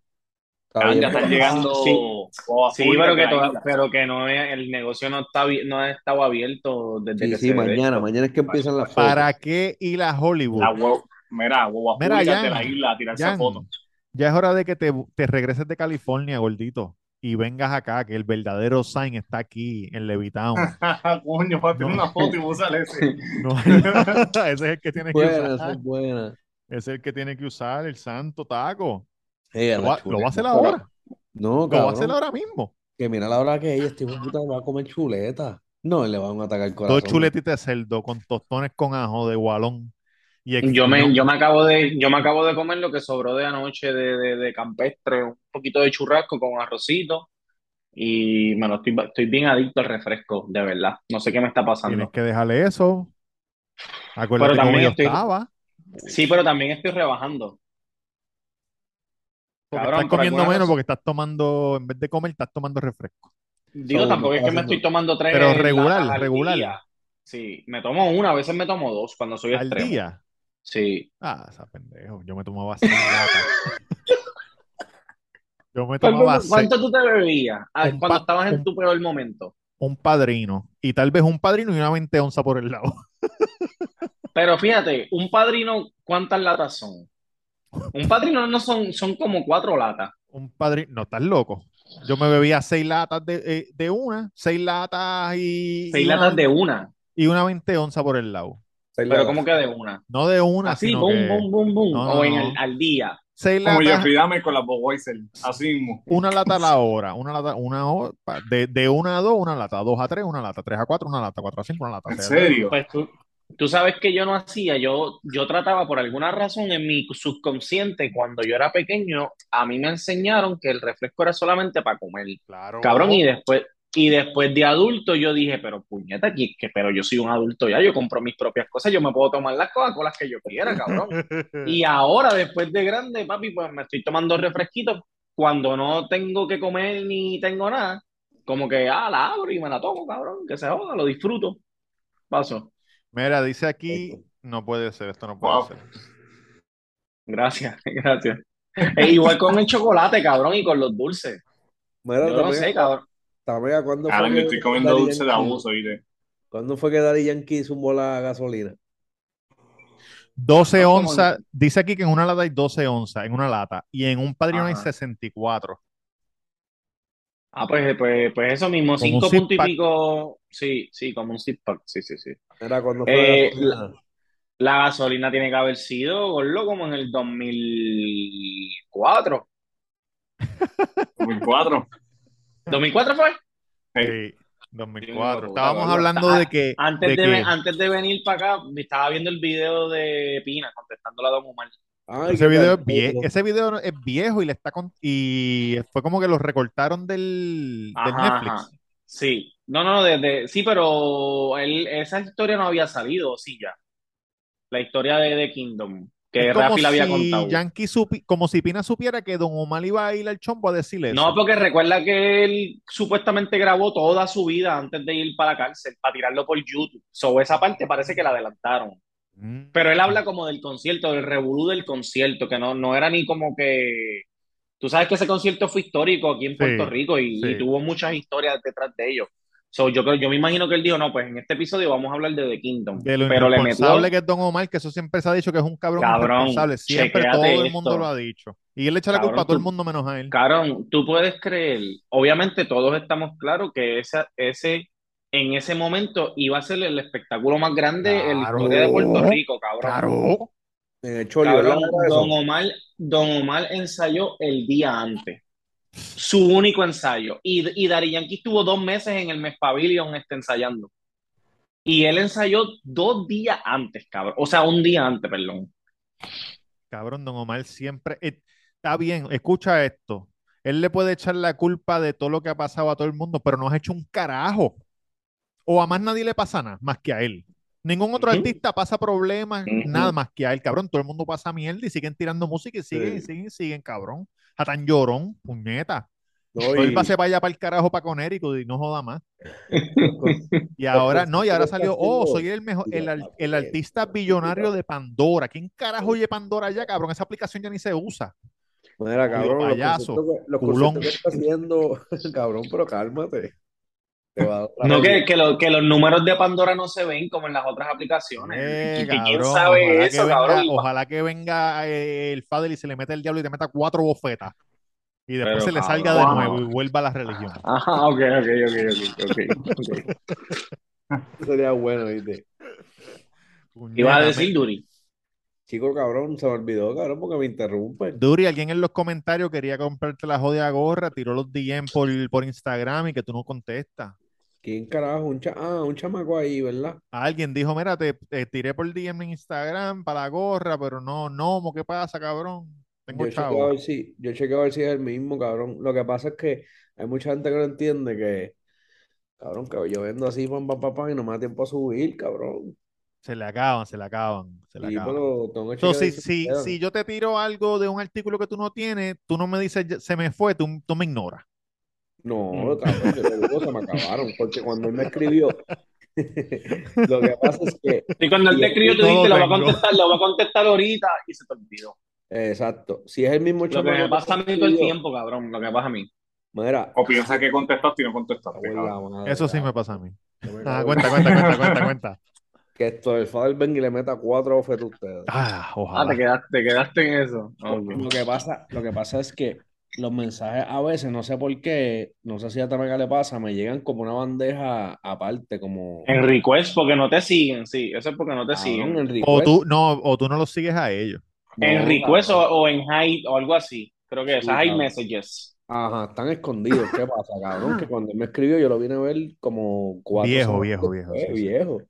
[SPEAKER 3] está
[SPEAKER 4] Cabrón,
[SPEAKER 3] bien,
[SPEAKER 4] ya están
[SPEAKER 3] pero-
[SPEAKER 4] llegando
[SPEAKER 1] Sí.
[SPEAKER 4] o a
[SPEAKER 1] Sí,
[SPEAKER 4] full desde
[SPEAKER 1] pero que,
[SPEAKER 4] la
[SPEAKER 1] toda-
[SPEAKER 4] isla.
[SPEAKER 1] pero que no es- el negocio no, está, abi- no estaba abierto desde
[SPEAKER 3] Sí,
[SPEAKER 1] que
[SPEAKER 3] sí,
[SPEAKER 1] se de
[SPEAKER 3] mañana,
[SPEAKER 1] esto.
[SPEAKER 3] mañana es que empiezan las fotos.
[SPEAKER 2] ¿Para qué ir a
[SPEAKER 4] La
[SPEAKER 2] Hollywood?
[SPEAKER 4] huevo, mira, huevas
[SPEAKER 2] Mira,
[SPEAKER 4] públicas de
[SPEAKER 2] Jan,
[SPEAKER 4] la isla a tirarse
[SPEAKER 2] Jan,
[SPEAKER 4] fotos.
[SPEAKER 2] ya es hora de que te, te regreses de California, gordito, y vengas acá, que el verdadero sign está aquí, en Levitown.
[SPEAKER 4] Ah, Coño, voy a tener
[SPEAKER 2] No.
[SPEAKER 4] una foto y vos sales ese.
[SPEAKER 2] No, ese es el que tienes que
[SPEAKER 3] Buena, esa
[SPEAKER 2] usar.
[SPEAKER 3] es buena.
[SPEAKER 2] Ese es el que tiene que usar, el santo taco.
[SPEAKER 3] Ella,
[SPEAKER 2] Lo
[SPEAKER 3] la
[SPEAKER 2] va, lo va a hacer
[SPEAKER 3] chuleta.
[SPEAKER 2] ahora,
[SPEAKER 3] No,
[SPEAKER 2] lo va a hacer
[SPEAKER 3] cabrón,
[SPEAKER 2] ahora mismo.
[SPEAKER 3] que mira la hora que ella, este hijo de puta va a comer chuleta. No, le van a atacar el
[SPEAKER 2] Dos
[SPEAKER 3] corazón.
[SPEAKER 2] chuletitas de cerdo con tostones con ajo de gualón. Y ex-
[SPEAKER 1] Yo
[SPEAKER 2] no,
[SPEAKER 1] me, yo me acabo de, yo me acabo de comer lo que sobró de anoche de, de, de campestre, un poquito de churrasco con arrocito y me lo estoy, estoy bien adicto al refresco, de verdad. No sé qué me está
[SPEAKER 2] tienes
[SPEAKER 1] pasando.
[SPEAKER 2] que dejarle eso. Acuérdate
[SPEAKER 1] Pero
[SPEAKER 2] cómo
[SPEAKER 1] también
[SPEAKER 2] yo
[SPEAKER 1] estoy,
[SPEAKER 2] estaba.
[SPEAKER 1] sí, pero también estoy rebajando.
[SPEAKER 2] Porque
[SPEAKER 1] Cabrón,
[SPEAKER 2] estás
[SPEAKER 1] por
[SPEAKER 2] comiendo
[SPEAKER 1] alguna
[SPEAKER 2] menos,
[SPEAKER 1] razón.
[SPEAKER 2] porque estás tomando, en vez de comer, estás tomando refresco.
[SPEAKER 1] Digo,
[SPEAKER 3] So,
[SPEAKER 1] tampoco
[SPEAKER 3] me
[SPEAKER 1] es
[SPEAKER 3] está
[SPEAKER 1] que me estoy
[SPEAKER 3] haciendo-
[SPEAKER 1] tomando tres
[SPEAKER 2] Pero regular,
[SPEAKER 1] latas al
[SPEAKER 2] regular.
[SPEAKER 1] día. Sí, me tomo una, a veces me tomo dos cuando soy
[SPEAKER 2] Al
[SPEAKER 1] extremo.
[SPEAKER 2] día.
[SPEAKER 1] Sí.
[SPEAKER 2] Ah, esa pendejo. Yo me tomaba seis latas. Yo me
[SPEAKER 1] ¿Cuánto,
[SPEAKER 2] tomaba
[SPEAKER 1] cuánto
[SPEAKER 2] seis,
[SPEAKER 1] tú te bebías ah,
[SPEAKER 2] Un
[SPEAKER 1] cuando
[SPEAKER 2] pa-
[SPEAKER 1] estabas en
[SPEAKER 2] un-
[SPEAKER 1] tu peor momento?
[SPEAKER 2] un padrino y tal vez un padrino y una 20 onza por el lado.
[SPEAKER 1] Pero fíjate, un padrino, ¿cuántas latas son? Un padrino no son, son como cuatro latas.
[SPEAKER 2] Un padrino, no, estás loco. Yo me bebía seis latas de, eh, de una, seis latas y,
[SPEAKER 1] Seis
[SPEAKER 2] y una
[SPEAKER 1] latas
[SPEAKER 2] vein-
[SPEAKER 1] de una,
[SPEAKER 2] y una 20 onza por el lado.
[SPEAKER 1] pero ¿cómo que de una?
[SPEAKER 2] No de una,
[SPEAKER 1] Así,
[SPEAKER 2] sino
[SPEAKER 1] boom,
[SPEAKER 2] que
[SPEAKER 1] boom, boom, boom.
[SPEAKER 2] No, no,
[SPEAKER 1] O en
[SPEAKER 2] no.
[SPEAKER 1] el, al día.
[SPEAKER 2] seis
[SPEAKER 4] Como
[SPEAKER 2] latas,
[SPEAKER 4] Jeffrey Dahmer con la Budweiser. Así mismo.
[SPEAKER 2] una lata a la hora, una lata, una hora, pa- de, de una a dos, una lata, dos a tres, una lata, tres a cuatro, una lata, cuatro a cinco, una lata,
[SPEAKER 4] En
[SPEAKER 2] seis a nueve.
[SPEAKER 4] serio.
[SPEAKER 1] Pues tú, tú sabes que yo no hacía, yo, yo trataba por alguna razón en mi subconsciente, cuando yo era pequeño, a mí me enseñaron que el refresco era solamente para comer.
[SPEAKER 2] Claro.
[SPEAKER 1] Cabrón, y después, y después de adulto yo dije, pero puñeta, aquí, que, pero yo soy un adulto ya, yo compro mis propias cosas, yo me puedo tomar las Coca-Colas que yo quiera, cabrón. Y ahora, después de grande, papi, pues me estoy tomando refresquitos cuando no tengo que comer ni tengo nada. Como que, ah, la abro y me la tomo, cabrón, que se joda, lo disfruto. Paso.
[SPEAKER 2] Mira, dice aquí, no puede ser, esto no puede
[SPEAKER 4] Wow.
[SPEAKER 2] ser.
[SPEAKER 1] Gracias, gracias. E igual con el chocolate, cabrón, y con los dulces.
[SPEAKER 3] Mira,
[SPEAKER 1] Yo no
[SPEAKER 3] también-
[SPEAKER 1] sé, cabrón.
[SPEAKER 3] también, ¿cuándo fue
[SPEAKER 4] Ahora
[SPEAKER 3] que
[SPEAKER 4] me estoy comiendo
[SPEAKER 3] Daddy
[SPEAKER 4] dulce de
[SPEAKER 3] Yankee-
[SPEAKER 4] abuso, ¿viste?
[SPEAKER 3] ¿Cuándo fue que Daddy Yankee zumbó la gasolina?
[SPEAKER 2] 12
[SPEAKER 1] No, como-
[SPEAKER 2] onzas, dice aquí que en una lata hay 12 onzas, en una lata, y en un padrino hay
[SPEAKER 1] Ajá.
[SPEAKER 2] 64.
[SPEAKER 1] Ah, pues, pues, pues eso
[SPEAKER 2] Como
[SPEAKER 1] mismo,
[SPEAKER 2] un
[SPEAKER 1] cinco puntos y
[SPEAKER 2] six-pack.
[SPEAKER 1] pico. Sí, sí, como un six pack. Sí, sí, sí.
[SPEAKER 3] Era cuando fue la
[SPEAKER 1] Eh,
[SPEAKER 3] gasolina.
[SPEAKER 1] La gasolina tiene que haber sido, gordo, como en el 2004.
[SPEAKER 4] 2004.
[SPEAKER 1] ¿2004 fue?
[SPEAKER 4] Ey.
[SPEAKER 2] Sí, 2004.
[SPEAKER 1] Sí,
[SPEAKER 2] Estábamos
[SPEAKER 1] Eh, puta,
[SPEAKER 2] hablando
[SPEAKER 1] ah,
[SPEAKER 2] de que,
[SPEAKER 1] Antes
[SPEAKER 2] de
[SPEAKER 1] de, ve-
[SPEAKER 2] que
[SPEAKER 1] antes de venir para acá, me estaba viendo el video de Pina contestando a Don Omar.
[SPEAKER 3] Ay,
[SPEAKER 2] ese
[SPEAKER 3] qué
[SPEAKER 2] video, es
[SPEAKER 3] cabrón.
[SPEAKER 2] vie- ese video es viejo y le está con- y fue como que lo recortaron del, del
[SPEAKER 1] Ajá,
[SPEAKER 2] Netflix.
[SPEAKER 1] ajá. Sí. No, no, desde. Sí, pero él- esa historia no había salido, sí, ya. La historia de The Kingdom,
[SPEAKER 2] Es
[SPEAKER 1] que
[SPEAKER 2] como
[SPEAKER 1] Rafi la había
[SPEAKER 2] si
[SPEAKER 1] contado.
[SPEAKER 2] Yankee supi- como si Pina supiera que Don Omar iba a ir al chombo a decirle
[SPEAKER 1] No,
[SPEAKER 2] eso.
[SPEAKER 1] porque recuerda que él supuestamente grabó toda su vida antes de ir para la cárcel, para tirarlo por YouTube. So, esa parte parece que la adelantaron.
[SPEAKER 2] Mm.
[SPEAKER 1] Pero él habla como del concierto, del revolú del concierto, que no, no era ni como que... Tú sabes que ese concierto fue histórico aquí en Puerto
[SPEAKER 2] Sí,
[SPEAKER 1] Rico y, y
[SPEAKER 2] sí.
[SPEAKER 1] tuvo muchas historias detrás de ello. So, yo creo, yo me imagino que él dijo, no, pues en este episodio vamos a hablar de The Kingdom.
[SPEAKER 2] De lo
[SPEAKER 1] Pero le metió,
[SPEAKER 2] irresponsable que es Don Omar, que eso siempre se ha dicho que es un cabrón
[SPEAKER 1] Cabrón,
[SPEAKER 2] irresponsable. Siempre
[SPEAKER 1] chequéate
[SPEAKER 2] todo el mundo
[SPEAKER 1] esto.
[SPEAKER 2] lo ha dicho. Y él le echa la
[SPEAKER 1] Cabrón,
[SPEAKER 2] culpa a todo el
[SPEAKER 1] tú-
[SPEAKER 2] mundo menos a él.
[SPEAKER 1] Cabrón, tú puedes creer, obviamente todos estamos claros que esa, ese, en ese momento iba a ser el espectáculo más grande en la
[SPEAKER 2] Claro.
[SPEAKER 1] historia de Puerto Rico, cabrón.
[SPEAKER 2] Claro.
[SPEAKER 3] En el Choli,
[SPEAKER 1] Cabrón,
[SPEAKER 3] ¿verdad? Era
[SPEAKER 1] Don
[SPEAKER 3] eso.
[SPEAKER 1] Omar, Don Omar ensayó el día antes, su único ensayo. Y, y Daddy Yankee estuvo dos meses en el Mes Pavilion este, ensayando. Y él ensayó dos días antes, cabrón. O sea, un día antes, perdón.
[SPEAKER 2] Cabrón, Don Omar siempre. eh, está bien, escucha esto. Él le puede echar la culpa de todo lo que ha pasado a todo el mundo, pero no has hecho un carajo. O a más nadie le pasa nada, más que a él. Ningún otro
[SPEAKER 1] Ujú.
[SPEAKER 2] artista pasa problemas,
[SPEAKER 1] Ujú.
[SPEAKER 2] nada más que a él, cabrón. Todo el mundo pasa mierda y siguen tirando música y siguen, y
[SPEAKER 3] Sí.
[SPEAKER 2] siguen, y siguen, cabrón. A tan llorón, puñeta.
[SPEAKER 3] No,
[SPEAKER 2] Todo él
[SPEAKER 3] y-
[SPEAKER 2] va se vaya para el carajo para Conérico y no joda más.
[SPEAKER 3] con-
[SPEAKER 2] Y ahora,
[SPEAKER 3] Pues,
[SPEAKER 2] no, y ahora
[SPEAKER 3] está
[SPEAKER 2] salió, oh, soy el mejor,
[SPEAKER 3] haciendo-
[SPEAKER 2] el, ar- el artista billonario de Pandora. ¿Quién carajo oye Pandora ya, cabrón? Esa aplicación ya ni se usa.
[SPEAKER 3] Mira, cabrón, los
[SPEAKER 2] payaso,
[SPEAKER 3] conciertos que, los
[SPEAKER 2] culón.
[SPEAKER 3] conciertos que está haciendo, cabrón, pero cálmate. Te va a dar otra
[SPEAKER 1] No, que,
[SPEAKER 3] vez.
[SPEAKER 1] que, lo- que los números de Pandora no se ven como en las otras aplicaciones.
[SPEAKER 2] Eh,
[SPEAKER 1] Y que quién
[SPEAKER 2] cabrón,
[SPEAKER 1] sabe
[SPEAKER 2] ojalá que
[SPEAKER 1] eso,
[SPEAKER 2] venga,
[SPEAKER 1] cabrón.
[SPEAKER 2] ojalá que venga eh, el Fadel y se le meta el diablo y te meta cuatro bofetas. Y después
[SPEAKER 1] Pero,
[SPEAKER 2] se le salga de
[SPEAKER 1] cabrón. Ah,
[SPEAKER 2] nuevo y vuelva a la religión.
[SPEAKER 1] Ajá, ok, ok, ok, ok, ok, ok.
[SPEAKER 3] Sería bueno, ¿viste?
[SPEAKER 1] Iba a
[SPEAKER 2] Puñeta,
[SPEAKER 1] decir Duri.
[SPEAKER 3] Chico, cabrón, se me olvidó, cabrón, porque me
[SPEAKER 2] me-
[SPEAKER 3] interrumpen.
[SPEAKER 2] Duri, alguien en los comentarios quería comprarte la jodida gorra, tiró los DM por, por Instagram y que tú no contestas.
[SPEAKER 3] ¿Quién carajo? Un cha- ah, un chamaco ahí, ¿verdad?
[SPEAKER 2] Alguien dijo, mira, te, te tiré por DM en Instagram para la gorra, pero no, no, mo, ¿qué pasa, cabrón? Tengo
[SPEAKER 3] Yo chequeo a
[SPEAKER 2] chavo.
[SPEAKER 3] ver si, yo chequeo a ver si es el mismo, cabrón. Lo que pasa es que hay mucha gente que no entiende que, cabrón, que yo vendo así, pam, pam, pam, pam, y no me da tiempo a subir, cabrón.
[SPEAKER 2] Se le acaban, se le acaban, se le
[SPEAKER 3] Y
[SPEAKER 2] acaban.
[SPEAKER 3] pero tengo que chequear a ver
[SPEAKER 2] Entonces,
[SPEAKER 3] si
[SPEAKER 2] si,
[SPEAKER 3] me
[SPEAKER 2] si
[SPEAKER 3] quedan.
[SPEAKER 2] yo te tiro algo de un artículo que tú no tienes, tú no me dices, "Ya- se me fue, tú, tú me ignoras. Mm.
[SPEAKER 3] No, cabrón, yo te digo, se me acabaron, porque cuando él me escribió, lo que pasa es que
[SPEAKER 1] Y cuando él
[SPEAKER 3] Y
[SPEAKER 1] te escribió,
[SPEAKER 2] aquí
[SPEAKER 1] tú
[SPEAKER 2] no
[SPEAKER 1] dijiste,
[SPEAKER 2] lo
[SPEAKER 1] lo va a
[SPEAKER 2] tengo.
[SPEAKER 1] contestar, lo va a contestar ahorita, y se te olvidó.
[SPEAKER 3] Exacto. Si es el mismo
[SPEAKER 1] Lo que
[SPEAKER 3] chamaco
[SPEAKER 1] me
[SPEAKER 3] que
[SPEAKER 1] pasa a mí todo el
[SPEAKER 3] escribió-
[SPEAKER 1] tiempo, cabrón, lo que pasa a mí.
[SPEAKER 3] Mira,
[SPEAKER 4] O piensa que contestaste y no
[SPEAKER 3] cago
[SPEAKER 4] contestaste.
[SPEAKER 3] en
[SPEAKER 4] cabrón.
[SPEAKER 3] la madre,
[SPEAKER 2] Eso sí me
[SPEAKER 3] cabrón.
[SPEAKER 2] pasa a mí.
[SPEAKER 3] Yo me
[SPEAKER 2] Ah,
[SPEAKER 3] cago en-
[SPEAKER 2] cuenta, cuenta, cuenta, cuenta, cuenta.
[SPEAKER 3] Que esto el Father Ben y le meta cuatro ofertas a ustedes.
[SPEAKER 2] Ah,
[SPEAKER 1] Ah, te
[SPEAKER 2] ojalá.
[SPEAKER 1] quedaste, te quedaste en eso. Ok.
[SPEAKER 3] Lo que pasa, lo que pasa es que los mensajes a veces, no sé por qué, no sé si a Tamega le pasa, me llegan como una bandeja aparte, como
[SPEAKER 1] En request porque no te siguen, sí, eso es porque no te
[SPEAKER 3] cabrón,
[SPEAKER 1] siguen.
[SPEAKER 3] en
[SPEAKER 2] O
[SPEAKER 3] request.
[SPEAKER 2] tú, no, o tú no los sigues a ellos.
[SPEAKER 1] En
[SPEAKER 3] No,
[SPEAKER 1] request o,
[SPEAKER 3] cabrón.
[SPEAKER 1] o en hide o algo así. Creo que
[SPEAKER 3] Sí,
[SPEAKER 1] esas hide
[SPEAKER 3] cabrón.
[SPEAKER 1] messages.
[SPEAKER 3] Ajá, están escondidos. ¿Qué pasa, cabrón? Que cuando él me escribió, yo lo vine a ver como cuatro
[SPEAKER 2] Ah. Viejo,
[SPEAKER 3] semanas
[SPEAKER 2] viejo, viejo,
[SPEAKER 3] después,
[SPEAKER 2] sí, sí.
[SPEAKER 3] viejo.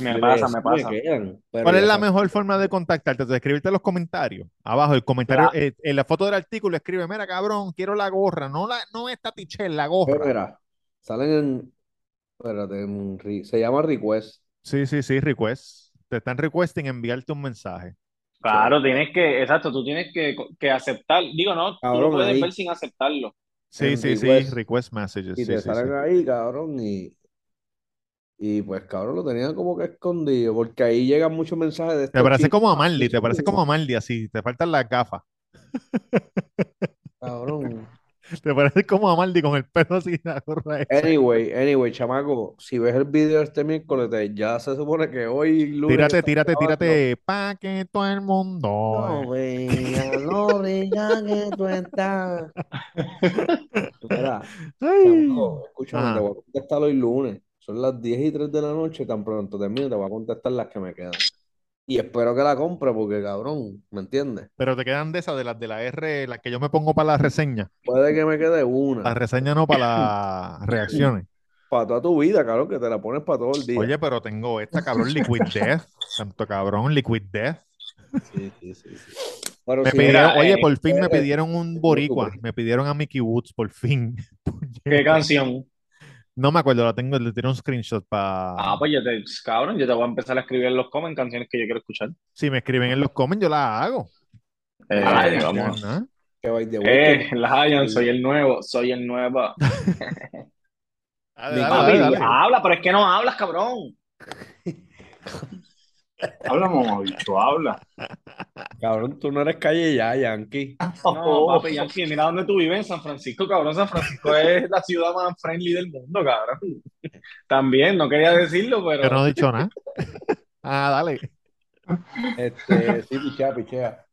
[SPEAKER 1] Me
[SPEAKER 3] Yo
[SPEAKER 1] pasa,
[SPEAKER 3] dije,
[SPEAKER 1] me
[SPEAKER 3] sí
[SPEAKER 1] pasa.
[SPEAKER 3] quedan, pero
[SPEAKER 2] ¿Cuál es
[SPEAKER 3] ya
[SPEAKER 2] la
[SPEAKER 3] sabes.
[SPEAKER 2] mejor forma de contactarte? De escribirte en los comentarios. Abajo, el comentario,
[SPEAKER 1] La-
[SPEAKER 2] eh, en la foto del artículo escribe, mira, cabrón, quiero la gorra. No, la, no esta tichel, la
[SPEAKER 3] Pero
[SPEAKER 2] gorra.
[SPEAKER 3] mira, salen en. Espérate, en re- se llama request.
[SPEAKER 2] Sí, sí, sí, request. Te están requesting enviarte un mensaje.
[SPEAKER 1] Claro, tienes que, exacto, tú tienes que, que aceptar. Digo, no, tú lo
[SPEAKER 3] Cabrón,
[SPEAKER 1] puedes
[SPEAKER 3] ahí.
[SPEAKER 1] ver sin aceptarlo.
[SPEAKER 2] Sí,
[SPEAKER 3] En
[SPEAKER 2] sí, sí,
[SPEAKER 3] request.
[SPEAKER 2] request messages.
[SPEAKER 3] Y
[SPEAKER 2] Sí,
[SPEAKER 3] te
[SPEAKER 2] sí, sí.
[SPEAKER 3] salen ahí, cabrón, y, y pues, cabrón, lo tenían como que escondido, porque ahí llegan muchos mensajes de
[SPEAKER 2] Te
[SPEAKER 3] estos
[SPEAKER 2] parece
[SPEAKER 3] chistes.
[SPEAKER 2] como a Marley, te parece como a Marley, así. Te faltan las gafas.
[SPEAKER 3] Cabrón.
[SPEAKER 2] Te parece como a Marley con el pelo así, la gorra esa.
[SPEAKER 3] Anyway, anyway, chamaco, si ves el video este miércoles, te- ya se supone que hoy lunes
[SPEAKER 2] Tírate,
[SPEAKER 3] estamos
[SPEAKER 2] tírate,
[SPEAKER 3] grabando.
[SPEAKER 2] tírate, pa' que todo el mundo.
[SPEAKER 3] No
[SPEAKER 2] eh.
[SPEAKER 3] veas lo brillante que tú estás. Mira,
[SPEAKER 2] Ay.
[SPEAKER 3] chamaco, escúchame, te
[SPEAKER 2] Ajá.
[SPEAKER 3] voy a contestar hoy lunes. Son las 10 y 3 de la noche, tan pronto termine, te voy a contestar las que me quedan. Y espero que la compre, porque cabrón, ¿me entiendes?
[SPEAKER 2] Pero te quedan de esas, de las de la R, las que yo me pongo para las reseñas.
[SPEAKER 3] Puede que me quede
[SPEAKER 2] Las
[SPEAKER 3] una.
[SPEAKER 2] reseñas no para las reacciones.
[SPEAKER 3] Para toda tu vida, cabrón, que te la pones para todo el día.
[SPEAKER 2] Oye, pero tengo esta, cabrón, Liquid Death. Santo cabrón, Liquid Death.
[SPEAKER 3] Sí, sí, sí, sí. Pero
[SPEAKER 2] Me
[SPEAKER 3] si es
[SPEAKER 2] pidieron,
[SPEAKER 1] Mira,
[SPEAKER 2] oye,
[SPEAKER 1] eh,
[SPEAKER 2] por fin me
[SPEAKER 3] ustedes,
[SPEAKER 2] pidieron un
[SPEAKER 3] tengo tu
[SPEAKER 2] boricua. Me pidieron a Mickey Woods, por fin.
[SPEAKER 1] ¿qué
[SPEAKER 2] Puñeta.
[SPEAKER 1] canción?
[SPEAKER 2] No me acuerdo, la tengo, le tiré un screenshot
[SPEAKER 1] Ah,
[SPEAKER 2] para...
[SPEAKER 1] pues yo te, cabrón, yo te voy a empezar a escribir en los comments canciones que yo quiero escuchar.
[SPEAKER 2] Si me escriben en los comments, yo la hago. Para
[SPEAKER 1] Eh,
[SPEAKER 4] Ay,
[SPEAKER 2] fastidiar,
[SPEAKER 1] vamos.
[SPEAKER 2] ¿no?
[SPEAKER 3] que by the way, que
[SPEAKER 1] Eh, Lion, soy el nuevo, soy el nuevo.
[SPEAKER 2] Ah, Dale, dale, dale,
[SPEAKER 1] Papi,
[SPEAKER 2] dale.
[SPEAKER 1] habla, pero es que no hablas, cabrón.
[SPEAKER 4] Habla, mamabicho, habla.
[SPEAKER 3] cabrón, tú no eres calle ya, Yankee.
[SPEAKER 4] Oh.
[SPEAKER 1] No, papi, Yankee, mira dónde tú vives, en San Francisco, cabrón. San Francisco es la ciudad más friendly del mundo, cabrón. También, no quería decirlo,
[SPEAKER 2] Yo no
[SPEAKER 1] pero
[SPEAKER 2] he dicho nada. Ah, dale.
[SPEAKER 3] Este, sí, pichea, pichea.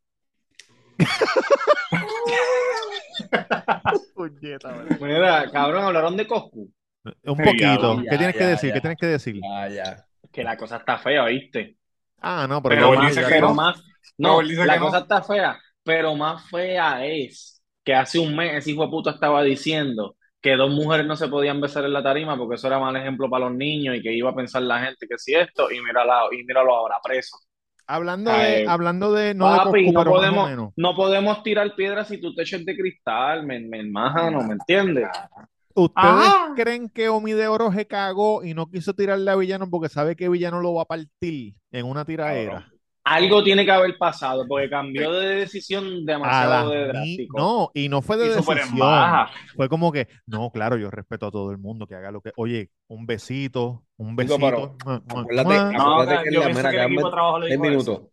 [SPEAKER 2] Puñeta, vale.
[SPEAKER 1] mira, cabrón, hablaron de Coscu,
[SPEAKER 2] Un
[SPEAKER 4] Sí,
[SPEAKER 2] poquito.
[SPEAKER 4] ya,
[SPEAKER 2] ¿Qué tienes que
[SPEAKER 3] ya,
[SPEAKER 2] decir?
[SPEAKER 3] ya.
[SPEAKER 2] ¿Qué tienes que decir?
[SPEAKER 3] Ah, ya.
[SPEAKER 1] que la cosa está fea, ¿viste?
[SPEAKER 2] Ah, no, pero
[SPEAKER 4] Pero
[SPEAKER 2] yo
[SPEAKER 4] él
[SPEAKER 2] vi,
[SPEAKER 4] dice
[SPEAKER 2] ya
[SPEAKER 4] que
[SPEAKER 2] yo-
[SPEAKER 1] Pero
[SPEAKER 4] no.
[SPEAKER 1] más,
[SPEAKER 4] No, él
[SPEAKER 1] no,
[SPEAKER 4] dice
[SPEAKER 1] la
[SPEAKER 4] que
[SPEAKER 1] cosa
[SPEAKER 4] no.
[SPEAKER 1] está fea, pero más fea es que hace un mes ese hijo de puta estaba diciendo que dos mujeres no se podían besar en la tarima porque eso era mal ejemplo para los niños y que iba a pensar la gente que si esto, y mírala, y míralo ahora preso.
[SPEAKER 2] Hablando de,
[SPEAKER 1] Ay,
[SPEAKER 2] hablando de, no de Coscu,
[SPEAKER 1] Papi, no
[SPEAKER 2] pero más o
[SPEAKER 1] podemos,
[SPEAKER 2] menos.
[SPEAKER 1] no podemos tirar piedras si tu techo es de cristal, me, me, hermano, ¿me entiendes?
[SPEAKER 2] ¿Ustedes
[SPEAKER 4] Ah,
[SPEAKER 2] creen que Omi de Oro se cagó y no quiso tirarle a Villano porque sabe que Villano lo va a partir en una
[SPEAKER 4] cabrón.
[SPEAKER 2] tiraera?
[SPEAKER 1] Algo tiene que haber pasado, porque cambió de decisión
[SPEAKER 2] A
[SPEAKER 1] demasiado
[SPEAKER 2] las
[SPEAKER 1] de
[SPEAKER 2] ni-
[SPEAKER 1] drástico.
[SPEAKER 2] No, y no fue de
[SPEAKER 4] Y súper en
[SPEAKER 2] decisión.
[SPEAKER 4] baja.
[SPEAKER 2] Fue como que, no, claro, yo respeto a todo el mundo que haga lo que. Oye, un besito, un
[SPEAKER 3] Chico,
[SPEAKER 2] besito.
[SPEAKER 3] pero
[SPEAKER 2] mua, mua,
[SPEAKER 3] acuérdate,
[SPEAKER 2] mua.
[SPEAKER 4] No,
[SPEAKER 3] acuérdate que en
[SPEAKER 4] yo
[SPEAKER 3] la
[SPEAKER 4] pienso
[SPEAKER 3] mera
[SPEAKER 4] que el equipo de
[SPEAKER 3] Carmen,
[SPEAKER 4] trabajo le
[SPEAKER 3] seis
[SPEAKER 4] dijo eso.
[SPEAKER 3] minutos.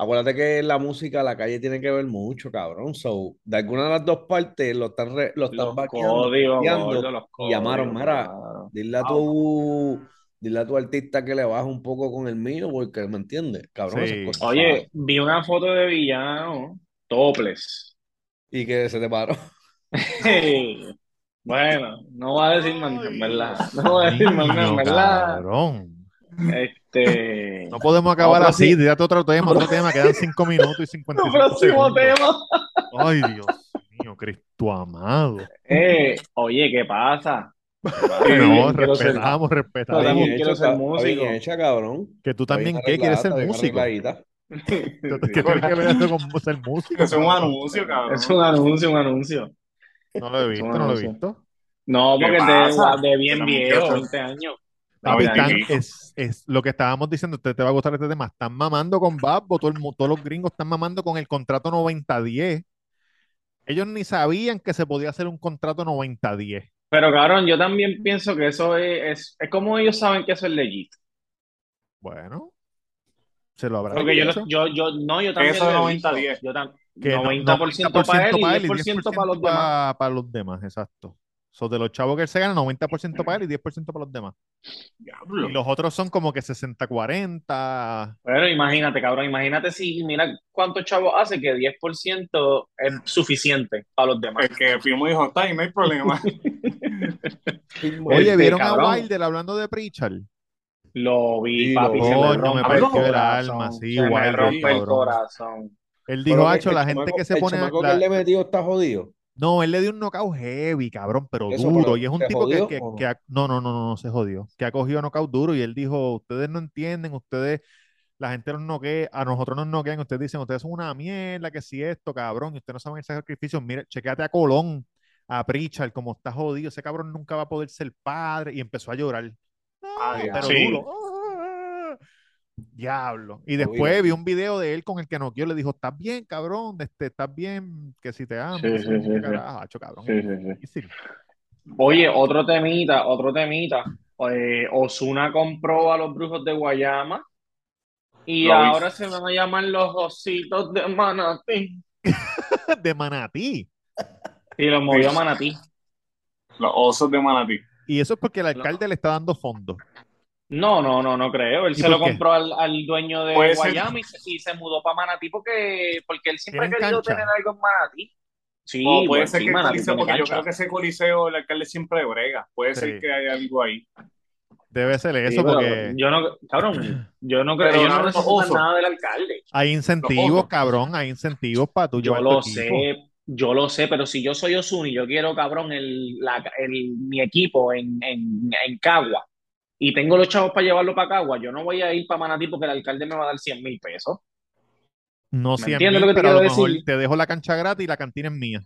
[SPEAKER 3] Acuérdate que la música, la calle tiene que ver mucho, cabrón. So, de alguna de las dos partes lo están, re- lo están
[SPEAKER 1] Los
[SPEAKER 3] vaqueando,
[SPEAKER 1] códigos, gordo,
[SPEAKER 3] copiando,
[SPEAKER 1] los
[SPEAKER 3] y llamaron,
[SPEAKER 1] códigos,
[SPEAKER 3] mira,
[SPEAKER 1] claro.
[SPEAKER 3] dile a
[SPEAKER 4] Wow.
[SPEAKER 3] tu, dile a tu artista que le baja un poco con el mío, porque me entiendes, cabrón, esas
[SPEAKER 2] Sí.
[SPEAKER 3] cosas pasan.
[SPEAKER 1] Oye, vi una foto de Villano, toples.
[SPEAKER 3] Y que se te paró.
[SPEAKER 1] Bueno, no voy a decir más nada, en
[SPEAKER 2] Ay,
[SPEAKER 1] ¿verdad?
[SPEAKER 2] Dios
[SPEAKER 1] No voy a decir más nada, en
[SPEAKER 2] mío,
[SPEAKER 1] ¿verdad?
[SPEAKER 2] cabrón.
[SPEAKER 1] Este,
[SPEAKER 2] No podemos acabar
[SPEAKER 1] otro,
[SPEAKER 2] así.
[SPEAKER 1] sí-
[SPEAKER 2] Date otro tema, otro tema. Quedan cinco minutos y
[SPEAKER 1] otro
[SPEAKER 2] 55
[SPEAKER 1] próximo
[SPEAKER 2] segundos.
[SPEAKER 1] tema.
[SPEAKER 2] Ay, Dios mío, Cristo amado.
[SPEAKER 1] Eh, oye, ¿qué pasa? ¿Qué pasa? Yo
[SPEAKER 2] No,
[SPEAKER 1] también quiero ser,
[SPEAKER 2] respetamos,
[SPEAKER 3] Está
[SPEAKER 1] yo
[SPEAKER 3] bien
[SPEAKER 2] respetamos.
[SPEAKER 1] también quiero
[SPEAKER 3] hecha, está,
[SPEAKER 1] ser
[SPEAKER 3] está bien
[SPEAKER 1] músico.
[SPEAKER 3] hecha, cabrón.
[SPEAKER 2] Que tú
[SPEAKER 3] Está bien
[SPEAKER 2] también, ¿qué? ¿Quieres
[SPEAKER 3] arreglada,
[SPEAKER 2] ser
[SPEAKER 3] está bien
[SPEAKER 2] músico?
[SPEAKER 3] arregladita.
[SPEAKER 2] ¿Qué
[SPEAKER 4] Sí,
[SPEAKER 2] qué tiene que ver
[SPEAKER 4] ¿verdad?
[SPEAKER 2] eso con ser músico,
[SPEAKER 4] Es un
[SPEAKER 2] cabrón?
[SPEAKER 4] anuncio,
[SPEAKER 1] Es
[SPEAKER 4] cabrón.
[SPEAKER 1] un anuncio, un anuncio.
[SPEAKER 2] No lo he
[SPEAKER 1] Es
[SPEAKER 2] visto,
[SPEAKER 1] un
[SPEAKER 2] no lo he
[SPEAKER 1] anuncio.
[SPEAKER 2] visto.
[SPEAKER 1] No,
[SPEAKER 4] ¿Qué
[SPEAKER 1] porque te
[SPEAKER 4] pasa?
[SPEAKER 1] de
[SPEAKER 4] Yo
[SPEAKER 1] bien
[SPEAKER 4] también quiero
[SPEAKER 1] viejo,
[SPEAKER 4] ser
[SPEAKER 1] 20 años.
[SPEAKER 2] Papi,
[SPEAKER 1] 20
[SPEAKER 4] Papi,
[SPEAKER 2] están,
[SPEAKER 1] años.
[SPEAKER 4] pico.
[SPEAKER 2] es, es lo que estábamos diciendo, te, te va a gustar este tema. Están mamando con Babbo, todo el mu- todos los gringos están mamando con el contrato 90-10. Ellos ni sabían que se podía hacer un contrato 90-10.
[SPEAKER 1] Pero cabrón, yo también pienso que eso es, es, es como ellos saben que eso es legit.
[SPEAKER 2] Bueno, se lo habrán
[SPEAKER 1] Porque yo, lo-
[SPEAKER 2] dicho.
[SPEAKER 1] yo, yo, no, yo también
[SPEAKER 4] Eso de
[SPEAKER 1] lo he visto.
[SPEAKER 4] 90-10.
[SPEAKER 1] Yo, tam-
[SPEAKER 2] Que no-
[SPEAKER 1] 90% para él y 10% para los demás.
[SPEAKER 2] pa- para los demás, exacto. So, de los chavos que él se gana, 90% para él y 10% para los demás.
[SPEAKER 4] Diablo.
[SPEAKER 2] Y los otros son como que 60-40.
[SPEAKER 1] Pero imagínate, cabrón, imagínate si, mira cuántos chavos hace que 10% es suficiente para los demás.
[SPEAKER 4] El que Firmo dijo, está ahí, no hay problema.
[SPEAKER 2] Oye,
[SPEAKER 1] Este,
[SPEAKER 2] ¿vieron a
[SPEAKER 1] cabrón.
[SPEAKER 2] Wilder hablando de Pritchard?
[SPEAKER 1] Lo vi,
[SPEAKER 3] Sí,
[SPEAKER 1] papi,
[SPEAKER 3] lo
[SPEAKER 1] se
[SPEAKER 3] vi.
[SPEAKER 1] me
[SPEAKER 2] Coño, me
[SPEAKER 1] rompe el
[SPEAKER 2] partió el
[SPEAKER 1] corazón,
[SPEAKER 2] alma, sí,
[SPEAKER 1] se me
[SPEAKER 2] Wilder,
[SPEAKER 1] rompe el
[SPEAKER 2] cabrón.
[SPEAKER 1] corazón.
[SPEAKER 2] Él
[SPEAKER 3] Pero
[SPEAKER 2] dijo,
[SPEAKER 3] que
[SPEAKER 2] hacho,
[SPEAKER 3] el
[SPEAKER 2] la gente
[SPEAKER 3] chamaco-
[SPEAKER 2] que se
[SPEAKER 3] el
[SPEAKER 2] pone...
[SPEAKER 3] chamaco
[SPEAKER 2] la-
[SPEAKER 3] que le metió está jodido.
[SPEAKER 2] No, él le dio un knockout heavy, cabrón, pero
[SPEAKER 3] Eso,
[SPEAKER 2] duro.
[SPEAKER 3] pero,
[SPEAKER 2] Y es un
[SPEAKER 3] ¿se
[SPEAKER 2] tipo que,
[SPEAKER 3] jodió
[SPEAKER 2] que,
[SPEAKER 3] o no?
[SPEAKER 2] que ha- no, no, no, no, no se jodió. Que ha cogido knockout duro y él dijo, ustedes no entienden, ustedes, la gente nos noquea, a nosotros nos noquean, ustedes dicen, ustedes son una mierda, que si esto, cabrón, y ustedes no saben el sacrificio. Mira, chequéate a Colón, a Pritchard, como está jodido, ese cabrón nunca va a poder ser padre. Y empezó a llorar.
[SPEAKER 4] Ah,
[SPEAKER 2] pero
[SPEAKER 4] sí.
[SPEAKER 2] duro. Ah, Diablo. Y
[SPEAKER 3] Jodido.
[SPEAKER 2] después vi un video de él con el que noqueó, le dijo, estás bien, cabrón, este, estás bien, que si te amo,
[SPEAKER 1] Sí,
[SPEAKER 2] que si
[SPEAKER 1] sí,
[SPEAKER 2] no sé
[SPEAKER 1] sí,
[SPEAKER 2] qué
[SPEAKER 1] sí.
[SPEAKER 2] carajo, hacho, cabrón.
[SPEAKER 1] Sí, sí, sí.
[SPEAKER 2] Difícil.
[SPEAKER 1] Oye, otro temita, otro temita. Eh, Osuna compró a los Brujos de Guayama y
[SPEAKER 4] Lo vi.
[SPEAKER 1] ahora se van a llamar los Ositos de Manatí.
[SPEAKER 2] De Manatí.
[SPEAKER 1] Y los movió a
[SPEAKER 4] Sí.
[SPEAKER 1] Manatí.
[SPEAKER 4] Los osos de Manatí.
[SPEAKER 2] Y eso es porque el alcalde le está dando fondos.
[SPEAKER 1] No, no, no, no creo. Él
[SPEAKER 2] ¿Y
[SPEAKER 1] se
[SPEAKER 2] por
[SPEAKER 1] lo
[SPEAKER 2] qué?
[SPEAKER 1] compró al, al dueño de
[SPEAKER 4] Puede ser-
[SPEAKER 1] Guayama y se, y se mudó para Manatí porque, porque él siempre ha
[SPEAKER 2] Tienen
[SPEAKER 1] querido
[SPEAKER 2] cancha.
[SPEAKER 1] tener algo en Manatí. Sí,
[SPEAKER 4] O puede
[SPEAKER 1] bueno,
[SPEAKER 4] ser
[SPEAKER 1] sí,
[SPEAKER 4] que el
[SPEAKER 1] Manatí
[SPEAKER 4] coliseo,
[SPEAKER 1] tiene
[SPEAKER 4] porque yo
[SPEAKER 1] cancha.
[SPEAKER 4] creo que ese coliseo el alcalde siempre brega. Puede
[SPEAKER 2] Sí.
[SPEAKER 4] ser que haya algo ahí.
[SPEAKER 2] Debe ser
[SPEAKER 1] Sí,
[SPEAKER 2] eso
[SPEAKER 1] pero
[SPEAKER 2] porque
[SPEAKER 1] yo no, cabrón, yo no creo,
[SPEAKER 4] Pero
[SPEAKER 1] ellos no
[SPEAKER 4] no, los
[SPEAKER 1] necesitan
[SPEAKER 4] osos.
[SPEAKER 1] nada del alcalde.
[SPEAKER 2] hay incentivos,
[SPEAKER 4] osos.
[SPEAKER 2] cabrón, hay incentivos para tú
[SPEAKER 1] Yo
[SPEAKER 2] llevar tu
[SPEAKER 1] lo
[SPEAKER 2] equipo.
[SPEAKER 1] sé, yo lo sé, pero si yo soy Osuna y yo quiero, cabrón, el, la- el- mi equipo en, en, en Cagua y tengo los chavos para llevarlo para Cagua, yo no voy a ir para Manatí porque el alcalde me va a dar 100 mil pesos.
[SPEAKER 2] No
[SPEAKER 1] ¿Me
[SPEAKER 2] 100
[SPEAKER 1] entiendes
[SPEAKER 2] mil,
[SPEAKER 1] lo que te
[SPEAKER 2] pero a lo
[SPEAKER 1] quiero
[SPEAKER 2] mejor
[SPEAKER 1] decir?
[SPEAKER 2] te dejo la cancha gratis y la cantina es mía.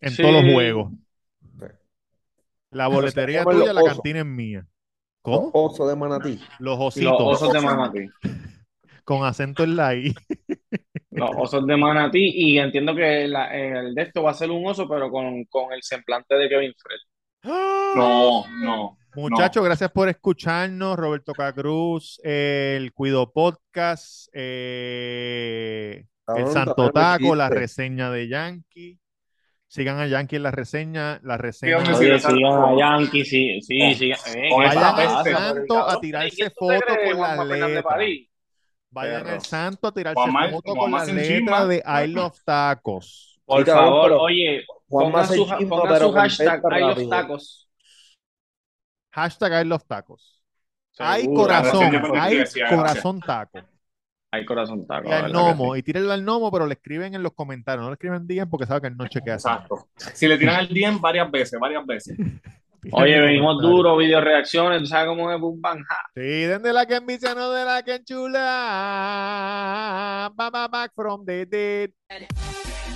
[SPEAKER 2] En
[SPEAKER 1] Sí.
[SPEAKER 2] todos los juegos. La
[SPEAKER 3] Pero se
[SPEAKER 2] boletería es
[SPEAKER 3] llaman
[SPEAKER 2] tuya, la
[SPEAKER 3] los osos.
[SPEAKER 2] cantina es mía.
[SPEAKER 3] Los
[SPEAKER 2] ¿Cómo?
[SPEAKER 3] osos de Manatí.
[SPEAKER 2] Los
[SPEAKER 1] Los
[SPEAKER 2] ositos,
[SPEAKER 1] osos de Manatí.
[SPEAKER 2] con acento en la I.
[SPEAKER 1] Los osos de Manatí. Y entiendo que la- eh, el de esto va a ser un oso, pero con, con el semblante de Kevin Fred.
[SPEAKER 4] No, no.
[SPEAKER 2] Muchachos, gracias por escucharnos. Roberto Cacruz, eh, el Cuido Podcast, eh, el
[SPEAKER 3] Cabrón,
[SPEAKER 2] Santo
[SPEAKER 3] todavía no
[SPEAKER 2] Taco, la
[SPEAKER 3] existe.
[SPEAKER 2] reseña de Yankee. Sigan a Yankee en la reseña, la reseña.
[SPEAKER 4] Sigan
[SPEAKER 2] de-
[SPEAKER 4] Sí,
[SPEAKER 1] Oye,
[SPEAKER 4] exacto.
[SPEAKER 1] sigan a Yankees, sí, sí,
[SPEAKER 4] Con-
[SPEAKER 1] sí. Eh,
[SPEAKER 4] con
[SPEAKER 1] ¿qué
[SPEAKER 4] esa
[SPEAKER 2] Vayan
[SPEAKER 4] peste.
[SPEAKER 2] al
[SPEAKER 1] pasa,
[SPEAKER 2] Santo
[SPEAKER 1] cabrón?
[SPEAKER 2] a tirarse
[SPEAKER 1] ¿Quién tú te
[SPEAKER 2] fotos
[SPEAKER 1] crees,
[SPEAKER 2] con las
[SPEAKER 1] Juanma Fernández
[SPEAKER 2] letras.
[SPEAKER 1] París?
[SPEAKER 2] Vayan
[SPEAKER 1] Perro.
[SPEAKER 2] al Santo a tirarse
[SPEAKER 4] Juanma-
[SPEAKER 2] fotos con
[SPEAKER 4] Juanma
[SPEAKER 2] las
[SPEAKER 4] se
[SPEAKER 2] letras
[SPEAKER 4] enchima.
[SPEAKER 2] de I Love Tacos.
[SPEAKER 1] Por
[SPEAKER 3] Sí, cabrón,
[SPEAKER 1] favor,
[SPEAKER 3] pero-
[SPEAKER 1] oye,
[SPEAKER 3] Juanma
[SPEAKER 1] pongan
[SPEAKER 3] se
[SPEAKER 1] su,
[SPEAKER 3] chisma,
[SPEAKER 1] pongan
[SPEAKER 3] pero
[SPEAKER 1] su hashtag
[SPEAKER 3] contesta
[SPEAKER 1] hay los
[SPEAKER 3] rápido.
[SPEAKER 1] tacos.
[SPEAKER 2] Hashtag I Love Tacos. Hay
[SPEAKER 1] Seguro.
[SPEAKER 2] corazón,
[SPEAKER 4] Gracias, yo pensé que
[SPEAKER 2] hay
[SPEAKER 4] decía, gracias.
[SPEAKER 2] corazón taco.
[SPEAKER 1] Hay corazón taco,
[SPEAKER 2] Y
[SPEAKER 1] la
[SPEAKER 2] al
[SPEAKER 1] verdad que
[SPEAKER 2] gnomo, y tírenle al gnomo, pero le escriben en los comentarios, no le escriben bien porque sabe que él no chequea eso.
[SPEAKER 4] Exacto. Si le tiran el DM varias veces, varias veces.
[SPEAKER 1] sí.
[SPEAKER 2] Tírenle
[SPEAKER 1] Oye,
[SPEAKER 2] en los
[SPEAKER 1] venimos
[SPEAKER 2] comentarios.
[SPEAKER 1] duro, video reacciones, ¿tú sabes cómo es Boom Bang Ja?
[SPEAKER 2] Sí, den de la que envicia, no de la que enchula. Ba, ba, back from the dead.